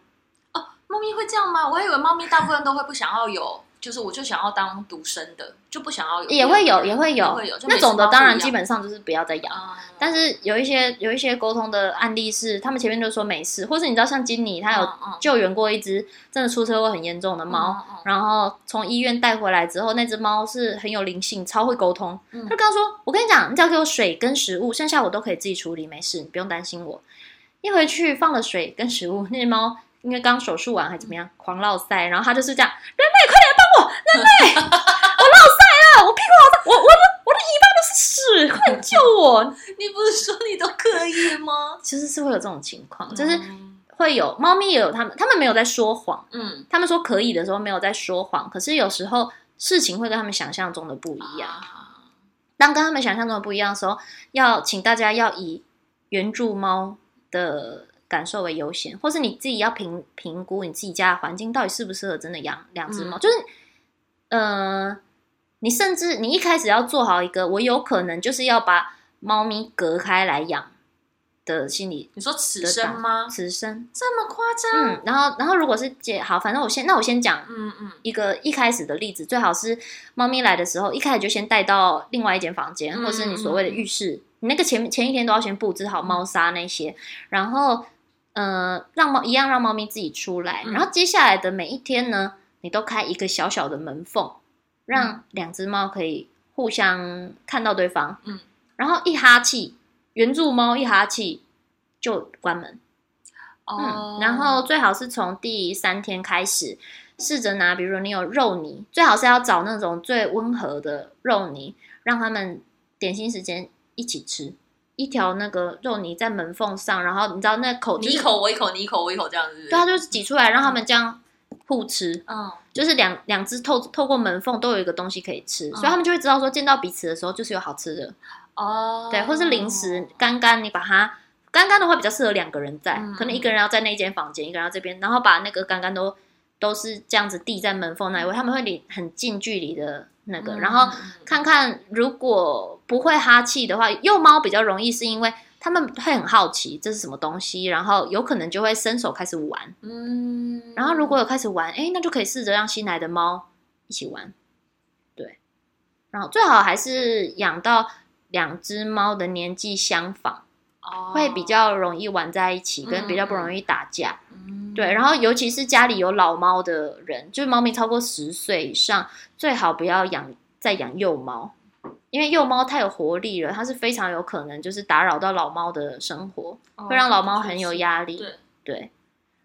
Speaker 1: 猫咪会这样吗？我还以为猫咪大部分都会不想要有，就是我就想要当独生的，就不想要有。啊
Speaker 2: 也会有，也会有
Speaker 1: 会有就每
Speaker 2: 那
Speaker 1: 只
Speaker 2: 种的，
Speaker 1: 猫
Speaker 2: 当
Speaker 1: 不
Speaker 2: 然
Speaker 1: 一
Speaker 2: 基
Speaker 1: 样
Speaker 2: 本上就是不要再养。
Speaker 1: 啊，
Speaker 2: 但是有一些有一些沟通的案例是，他们前面就说没事，或是你知道像金妮，她有
Speaker 1: 嗯嗯
Speaker 2: 救援过一只真的出车祸很严重的猫，
Speaker 1: 嗯嗯
Speaker 2: 然后从医院带回来之后，那只猫是很有灵性，超会沟通。
Speaker 1: 嗯
Speaker 2: 他就跟他说：“我跟你讲，你只要给我水跟食物，剩下我都可以自己处理，没事，你不用担心我。”一回去放了水跟食物，那只猫因为刚手术完还怎么样，狂落塞，然后它就是这样：“人类，快点帮我！人类，我落塞了，我屁股好痛，我我的我的尾巴都是屎，快点救我
Speaker 1: 嗯你不是说你都可以吗！”？
Speaker 2: 其实是会有这种情况， (laughs) 就是会有猫咪也有它们，它们没有在说谎。
Speaker 1: 嗯，
Speaker 2: 他们说可以的时候没有在说谎，可是有时候事情会跟他们想象中的不一样。
Speaker 1: 啊
Speaker 2: 当跟他们想象中的不一样的时候，要请大家要以原住猫的感受为优先，或是你自己要评评估你自己家的环境到底适不适合真的养两只猫，就是呃，你甚至你一开始要做好一个我有可能就是要把猫咪隔开来养的心理
Speaker 1: 你说此
Speaker 2: 的
Speaker 1: 生
Speaker 2: 打
Speaker 1: 吗？
Speaker 2: 此生，
Speaker 1: 这么夸张？
Speaker 2: 嗯，然后然后如果是姐好，反正我先那我先讲
Speaker 1: 嗯嗯
Speaker 2: 一个一开始的例子，最好是猫咪来的时候，一开始就先带到另外一间房间，
Speaker 1: 嗯
Speaker 2: 或是你所谓的浴室，你那个前前一天都要先布置好猫砂那些，然后呃，让猫一样让猫咪自己出来，
Speaker 1: 嗯
Speaker 2: 然后接下来的每一天呢，你都开一个小小的门缝，让两只猫可以互相看到对方，
Speaker 1: 嗯，
Speaker 2: 然后一哈气，原住猫一哈气就关门。
Speaker 1: 哦
Speaker 2: 嗯，，然后最好是从第三天开始，试着拿，比如你有肉泥，最好是要找那种最温和的肉泥，让他们点心时间一起吃。一条那个肉泥在门缝上，然后你知道那口嗯
Speaker 1: 你一，口我一口，你一口我一口这样子。
Speaker 2: 对，啊它就是挤出来，让他们这样互吃，
Speaker 1: 嗯，
Speaker 2: 就是两两只透透过门缝都有一个东西可以吃，所以他们就会知道说见到彼此的时候就是有好吃的，
Speaker 1: 哦，
Speaker 2: 对，或是零食干干，你把它干干的话比较适合两个人在，
Speaker 1: 嗯
Speaker 2: 可能一个人要在那间房间，一个人要这边，然后把那个干干都都是这样子递在门缝那一位，他们会离很近距离的那个，
Speaker 1: 嗯
Speaker 2: 然后
Speaker 1: 嗯
Speaker 2: 看看如果不会哈气的话，幼猫比较容易是因为他们会很好奇这是什么东西，然后有可能就会伸手开始玩，
Speaker 1: 嗯，
Speaker 2: 然后如果有开始玩，哎，那就可以试着让新来的猫一起玩，对。然后最好还是养到两只猫的年纪相仿，
Speaker 1: 哦
Speaker 2: 会比较容易玩在一起，
Speaker 1: 嗯
Speaker 2: 跟比较不容易打架。
Speaker 1: 嗯
Speaker 2: 对，然后尤其是家里有老猫的人，就是猫咪超过十岁以上，最好不要养再养幼猫，因为幼猫太有活力了，它是非常有可能就是打扰到老猫的生活，
Speaker 1: 哦
Speaker 2: 会让老猫很有
Speaker 1: 确实
Speaker 2: 压力。
Speaker 1: 对，
Speaker 2: 对，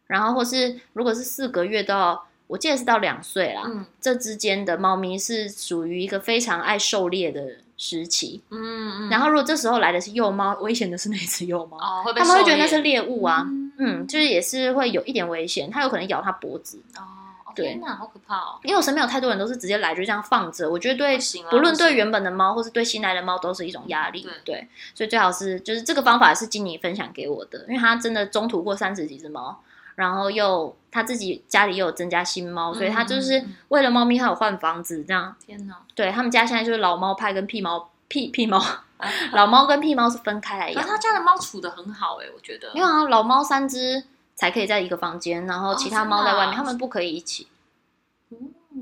Speaker 2: 然后或是如果是四个月到，我记得是到两岁啦，
Speaker 1: 嗯
Speaker 2: 这之间的猫咪是属于一个非常爱狩猎的时期。
Speaker 1: 嗯嗯，
Speaker 2: 然后如果这时候来的是幼猫，危险的是那只幼猫，
Speaker 1: 哦，会被
Speaker 2: 他们会
Speaker 1: 狩
Speaker 2: 觉得那
Speaker 1: 猎
Speaker 2: 是猎物啊，
Speaker 1: 嗯
Speaker 2: 嗯，就是也是会有一点危险，它有可能咬它脖子。
Speaker 1: 哦，
Speaker 2: 对
Speaker 1: 天哪，好可怕哦！
Speaker 2: 因为我身边有太多人都是直接来就这样放着，我觉得对
Speaker 1: 不行啊
Speaker 2: 不论
Speaker 1: 不
Speaker 2: 对
Speaker 1: 行
Speaker 2: 原本的猫或是对新来的猫都是一种压力
Speaker 1: 对，
Speaker 2: 对，所以最好是就是这个方法是经理分享给我的，因为他真的中途过三十几只猫，然后又他自己家里又有增加新猫，所以他就是
Speaker 1: 嗯嗯嗯
Speaker 2: 为了猫咪，他有换房子这样，
Speaker 1: 天哪，
Speaker 2: 对他们家现在就是老猫派跟屁猫屁屁猫， (laughs) 老猫跟屁猫是分开来
Speaker 1: 啊可
Speaker 2: 养
Speaker 1: 是，他家的猫处的很好哎，我觉得
Speaker 2: 哎没有啊，老猫三只才可以在一个房间，然后
Speaker 1: 哦
Speaker 2: 其他
Speaker 1: 真
Speaker 2: 猫
Speaker 1: 的
Speaker 2: 在
Speaker 1: 啊
Speaker 2: 外面，他们不可以一起。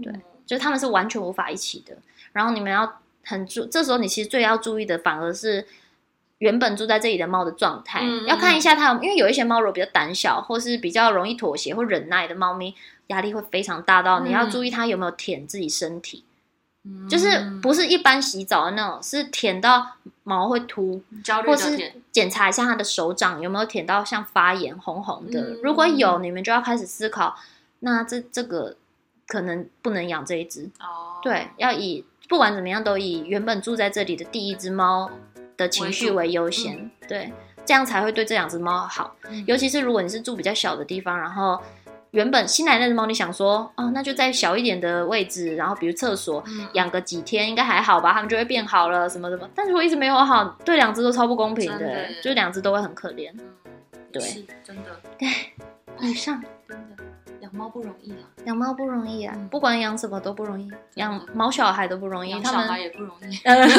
Speaker 1: 对，
Speaker 2: 就是他们是完全无法一起的。然后你们要很注，这时候你其实最要注意的反而是原本住在这里的猫的状态，
Speaker 1: 嗯
Speaker 2: 要看一下它有，因为有一些猫如果比较胆小，或是比较容易妥协或忍耐的猫咪，压力会非常大到你要
Speaker 1: 嗯
Speaker 2: 注意它有没有舔自己身体，
Speaker 1: 嗯
Speaker 2: 就是不是一般洗澡的那种，是舔到毛会秃。
Speaker 1: 焦虑
Speaker 2: 或
Speaker 1: 的
Speaker 2: 是
Speaker 1: 点，
Speaker 2: 检查一下它的手掌有没有舔到像发炎红红的，
Speaker 1: 嗯
Speaker 2: 如果有，你们就要开始思考，那这这个可能不能养这一只。
Speaker 1: 哦，
Speaker 2: 对，要以不管怎么样都以原本住在这里的第一只猫的情绪为优先，
Speaker 1: 为
Speaker 2: 对，这样才会对这两只猫好。
Speaker 1: 嗯，
Speaker 2: 尤其是如果你是住比较小的地方，然后原本新来那只猫，你想说哦，那就在小一点的位置，然后比如厕所。
Speaker 1: 嗯
Speaker 2: 养个几天应该还好吧，它们就会变好了什么什么。但如果一直没有好，对两只都超不公平的，
Speaker 1: 真的耶
Speaker 2: 就两只都会很可怜。
Speaker 1: 嗯
Speaker 2: 对
Speaker 1: 是真的
Speaker 2: 以哎上
Speaker 1: 真的养猫不容易啊，
Speaker 2: 养猫不容易啊，
Speaker 1: 嗯
Speaker 2: 不管养什么都不容易，养毛小孩都不容易，
Speaker 1: 养
Speaker 2: 他
Speaker 1: 小
Speaker 2: 们
Speaker 1: 孩也不容易。
Speaker 2: 嗯，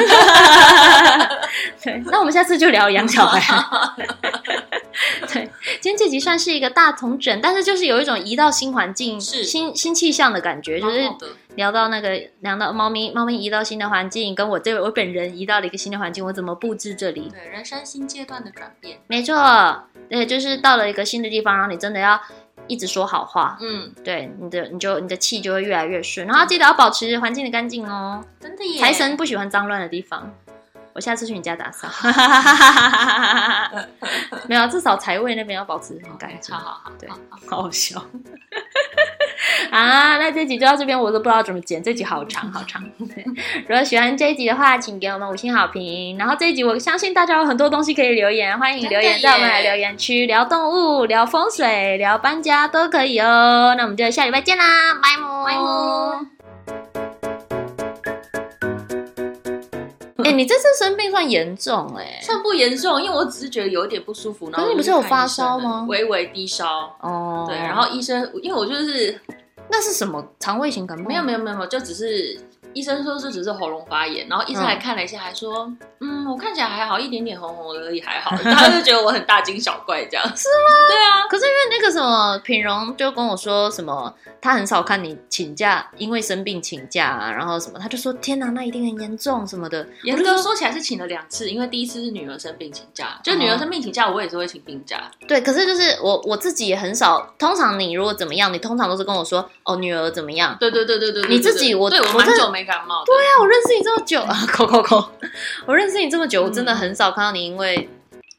Speaker 2: 对， (laughs) 那我们下次就聊养小孩。 (laughs) 对，今天这集算是一个大同整，但是就是有一种移到新环境、
Speaker 1: 是
Speaker 2: 新新气象的感觉，就是
Speaker 1: 蛮好的
Speaker 2: 聊到那个聊到猫咪，猫咪移到新的环境，跟我这我本人移到了一个新的环境，我怎么布置这里？
Speaker 1: 对人生新阶段的转变，
Speaker 2: 没错，对，就是到了一个新的地方，然后你真的要一直说好话，
Speaker 1: 嗯，
Speaker 2: 对，你的你就你的气就会越来越顺，然后记得要保持环境的干净哦。
Speaker 1: 真的耶，
Speaker 2: 财神不喜欢脏乱的地方，我下次去你家打扫。没有啊，至少财位那边要保持很干净
Speaker 1: 好。好好，
Speaker 2: 对
Speaker 1: 好好
Speaker 2: 好好笑 (laughs) 啊！那这集就到这边，我都不知道怎么剪，这集好长好长。 (laughs) 对如果喜欢这一集的话，请给我们五星好评。然后这一集我相信大家有很多东西可以留言，欢迎留
Speaker 1: 真的耶
Speaker 2: 言在我们的留言区聊动物、聊风水、聊搬家都可以哦。那我们就下礼拜见啦，拜拜
Speaker 1: 拜拜。
Speaker 2: 哎、哎、你这次生病算严重哎、
Speaker 1: 算不严重，因为我只是觉得有一点不舒服。然
Speaker 2: 可
Speaker 1: 后
Speaker 2: 是你
Speaker 1: 我
Speaker 2: 不
Speaker 1: 就是
Speaker 2: 有
Speaker 1: 看
Speaker 2: 发
Speaker 1: 医生
Speaker 2: 烧
Speaker 1: 了
Speaker 2: 吗
Speaker 1: 微微低烧，
Speaker 2: 哦，
Speaker 1: 对。然后医生，因为我就是
Speaker 2: 那是什么肠胃型感冒？
Speaker 1: 没有没有没有，没有就只是医生说这只是喉咙发炎，然后医生
Speaker 2: 嗯
Speaker 1: 还看了一下，还说，嗯，我看起来还好，一点点红红的而已，还好。 (laughs) 他就觉得我很大惊小怪这样，是吗？对啊，
Speaker 2: 可是因为那个什么品荣就跟我说什么，他很少看你请假，因为生病请假、啊，然后什么，他就说天哪，那一定很严重什么的。
Speaker 1: 严格说起来是请了两次，因为第一次是女儿生病请假，就
Speaker 2: 哦
Speaker 1: 女儿生病请假，我也是会请病假。
Speaker 2: 对，可是就是我 (laughs) 我自己也很少，通常你如果怎么样，你通常都是跟我说哦女儿怎么样。
Speaker 1: 对对对对对，对
Speaker 2: 你自己
Speaker 1: 对
Speaker 2: 我
Speaker 1: 对我
Speaker 2: 我
Speaker 1: 蛮
Speaker 2: 真的
Speaker 1: 久没感冒。对啊，
Speaker 2: 那我认识你这么久 (laughs) 啊，扣扣扣，我认识你这么久，我真的很少看到你因为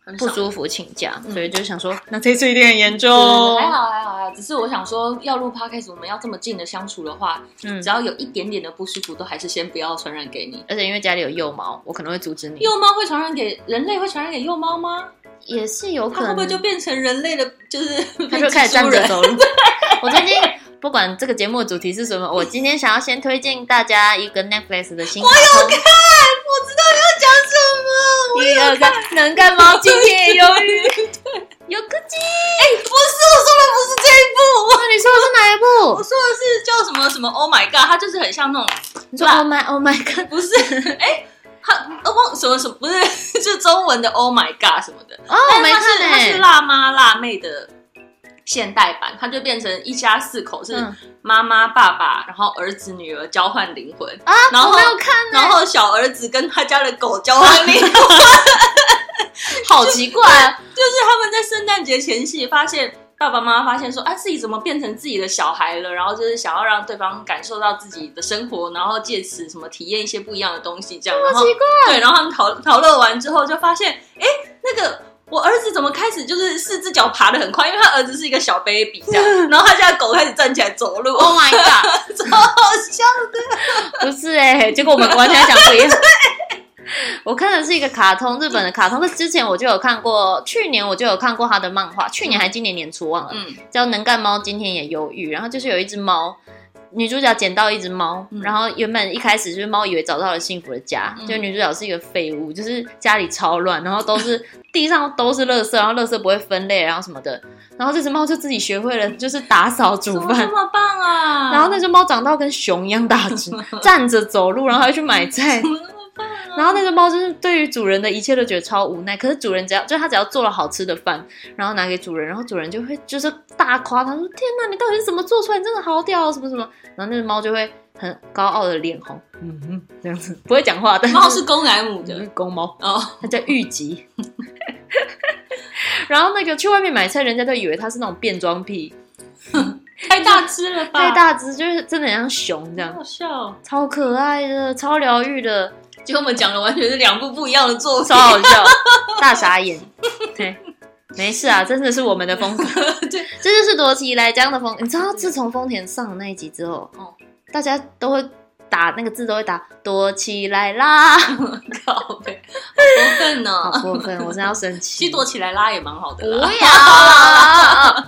Speaker 1: 很
Speaker 2: 不
Speaker 1: 少
Speaker 2: 舒服请假，
Speaker 1: 嗯
Speaker 2: 所以就想说，那这次一定很严重
Speaker 1: 对嗯还好还好还好，只是我想说，要录 podcast，我们要这么近的相处的话，
Speaker 2: 嗯
Speaker 1: 只，要有一点点的不舒服，都还是先不要传染给你。
Speaker 2: 而且因为家里有幼猫，我可能会阻止你，
Speaker 1: 幼猫会传染给人类，会传染给幼猫吗？
Speaker 2: 也是有
Speaker 1: 它
Speaker 2: 可
Speaker 1: 会
Speaker 2: 能，
Speaker 1: 不会就变成人类的，就是
Speaker 2: 他
Speaker 1: 变
Speaker 2: 就
Speaker 1: 成
Speaker 2: 开始站
Speaker 1: 猪
Speaker 2: 着
Speaker 1: 人？
Speaker 2: (laughs) 走路。我最近不管这个节目的主题是什么，我今天想要先推荐大家一个 Netflix 的新卡通。我有看，我知道你要讲什么。第二个能干猫今天也有雨，有个鸡。
Speaker 1: 哎不是，我说的不是这一部，
Speaker 2: 那哦你说的是哪
Speaker 1: 我
Speaker 2: 一
Speaker 1: 说的是叫什么什么？Oh my god，它就是很像那种，
Speaker 2: 部？你说 Oh my Oh my God， (laughs)
Speaker 1: 不是，哎、它呃忘什么什么不是，就中文的 Oh my god 什么的。
Speaker 2: 哦，我
Speaker 1: 但
Speaker 2: 没
Speaker 1: 是它是它
Speaker 2: 看
Speaker 1: 是
Speaker 2: 呢。
Speaker 1: 辣妈辣妹的现代版，它就变成一家四口是
Speaker 2: 嗯
Speaker 1: 妈妈、爸爸，然后儿子、女儿交换灵魂，
Speaker 2: 啊，
Speaker 1: 然后
Speaker 2: 我没有看
Speaker 1: 然
Speaker 2: 呢，
Speaker 1: 后小儿子跟他家的狗交
Speaker 2: (laughs)
Speaker 1: 换灵魂。
Speaker 2: 好奇怪啊！
Speaker 1: 就是他们在圣诞节前夕发现。爸爸妈妈发现说，啊，自己怎么变成自己的小孩了？然后就是想要让对方感受到自己的生活，然后借此什么体验一些不一样的东西，这样。然后
Speaker 2: 奇怪
Speaker 1: 对，然后他们讨讨论完之后，就发现，哎，那个我儿子怎么开始就是四只脚爬得很快？因为他儿子是一个小 baby 这
Speaker 2: (laughs)
Speaker 1: 样，然后他家的狗开始站起来走路，
Speaker 2: ，Oh my
Speaker 1: (laughs)
Speaker 2: God。
Speaker 1: 超好笑。
Speaker 2: 不是哎、结果我们完全想不一样。我看的是一个卡通，日本的卡通。那之前我就有看过，去年我就有看过他的漫画，去年还今年年初忘了，
Speaker 1: 嗯，
Speaker 2: 叫《能干猫今天也忧郁》。然后就是有一只猫，女主角捡到一只猫，
Speaker 1: 嗯
Speaker 2: 然后原本一开始就是猫以为找到了幸福的家，
Speaker 1: 嗯
Speaker 2: 就女主角是一个废物，就是家里超乱，然后都是地上都是垃圾，然后垃圾不会分类，然后什么的。然后这只猫就自己学会了，就是打扫、
Speaker 1: 怎
Speaker 2: 煮
Speaker 1: 么这
Speaker 2: 饭，
Speaker 1: 么棒啊？
Speaker 2: 然后那只猫长到跟熊一样大
Speaker 1: (laughs)
Speaker 2: 只，站着走路，然后还去买菜。
Speaker 1: 啊
Speaker 2: (laughs) 然后那只猫就是对于主人的一切都觉得超无奈，可是主人只要就是它只要做了好吃的饭，然后拿给主人，然后主人就会就是大夸它说：“天哪，你到底是怎么做出来？你真的好屌哦、什么什么。”然后那只猫就会很高傲的脸红，嗯嗯，这样子不会讲话，但是
Speaker 1: 猫是公来母
Speaker 2: 嗯
Speaker 1: 的
Speaker 2: 公猫，
Speaker 1: 哦，
Speaker 2: 它叫玉吉。 (laughs) 然后那个去外面买菜，人家都以为它是那种变装癖，
Speaker 1: 太大只了吧？
Speaker 2: 太大只，就是真的很像熊这样
Speaker 1: 好。好笑哦。
Speaker 2: 超可爱的，超疗愈的，
Speaker 1: 结果我们讲的完全是两部不一样的作品
Speaker 2: 超。好笑，大傻眼。对，没事啊，真的是我们的风格，
Speaker 1: (laughs) 对，
Speaker 2: 这就是罗奇来江的风。你知道，自从丰田上了那一集之后，
Speaker 1: 哦
Speaker 2: 大家都会打那个字，都会打躲起来啦，
Speaker 1: 靠背，好过分
Speaker 2: 好
Speaker 1: 呢。
Speaker 2: 过分，我真的要生气。
Speaker 1: 其实躲起来拉也蛮好的
Speaker 2: 不
Speaker 1: 啦。
Speaker 2: 要，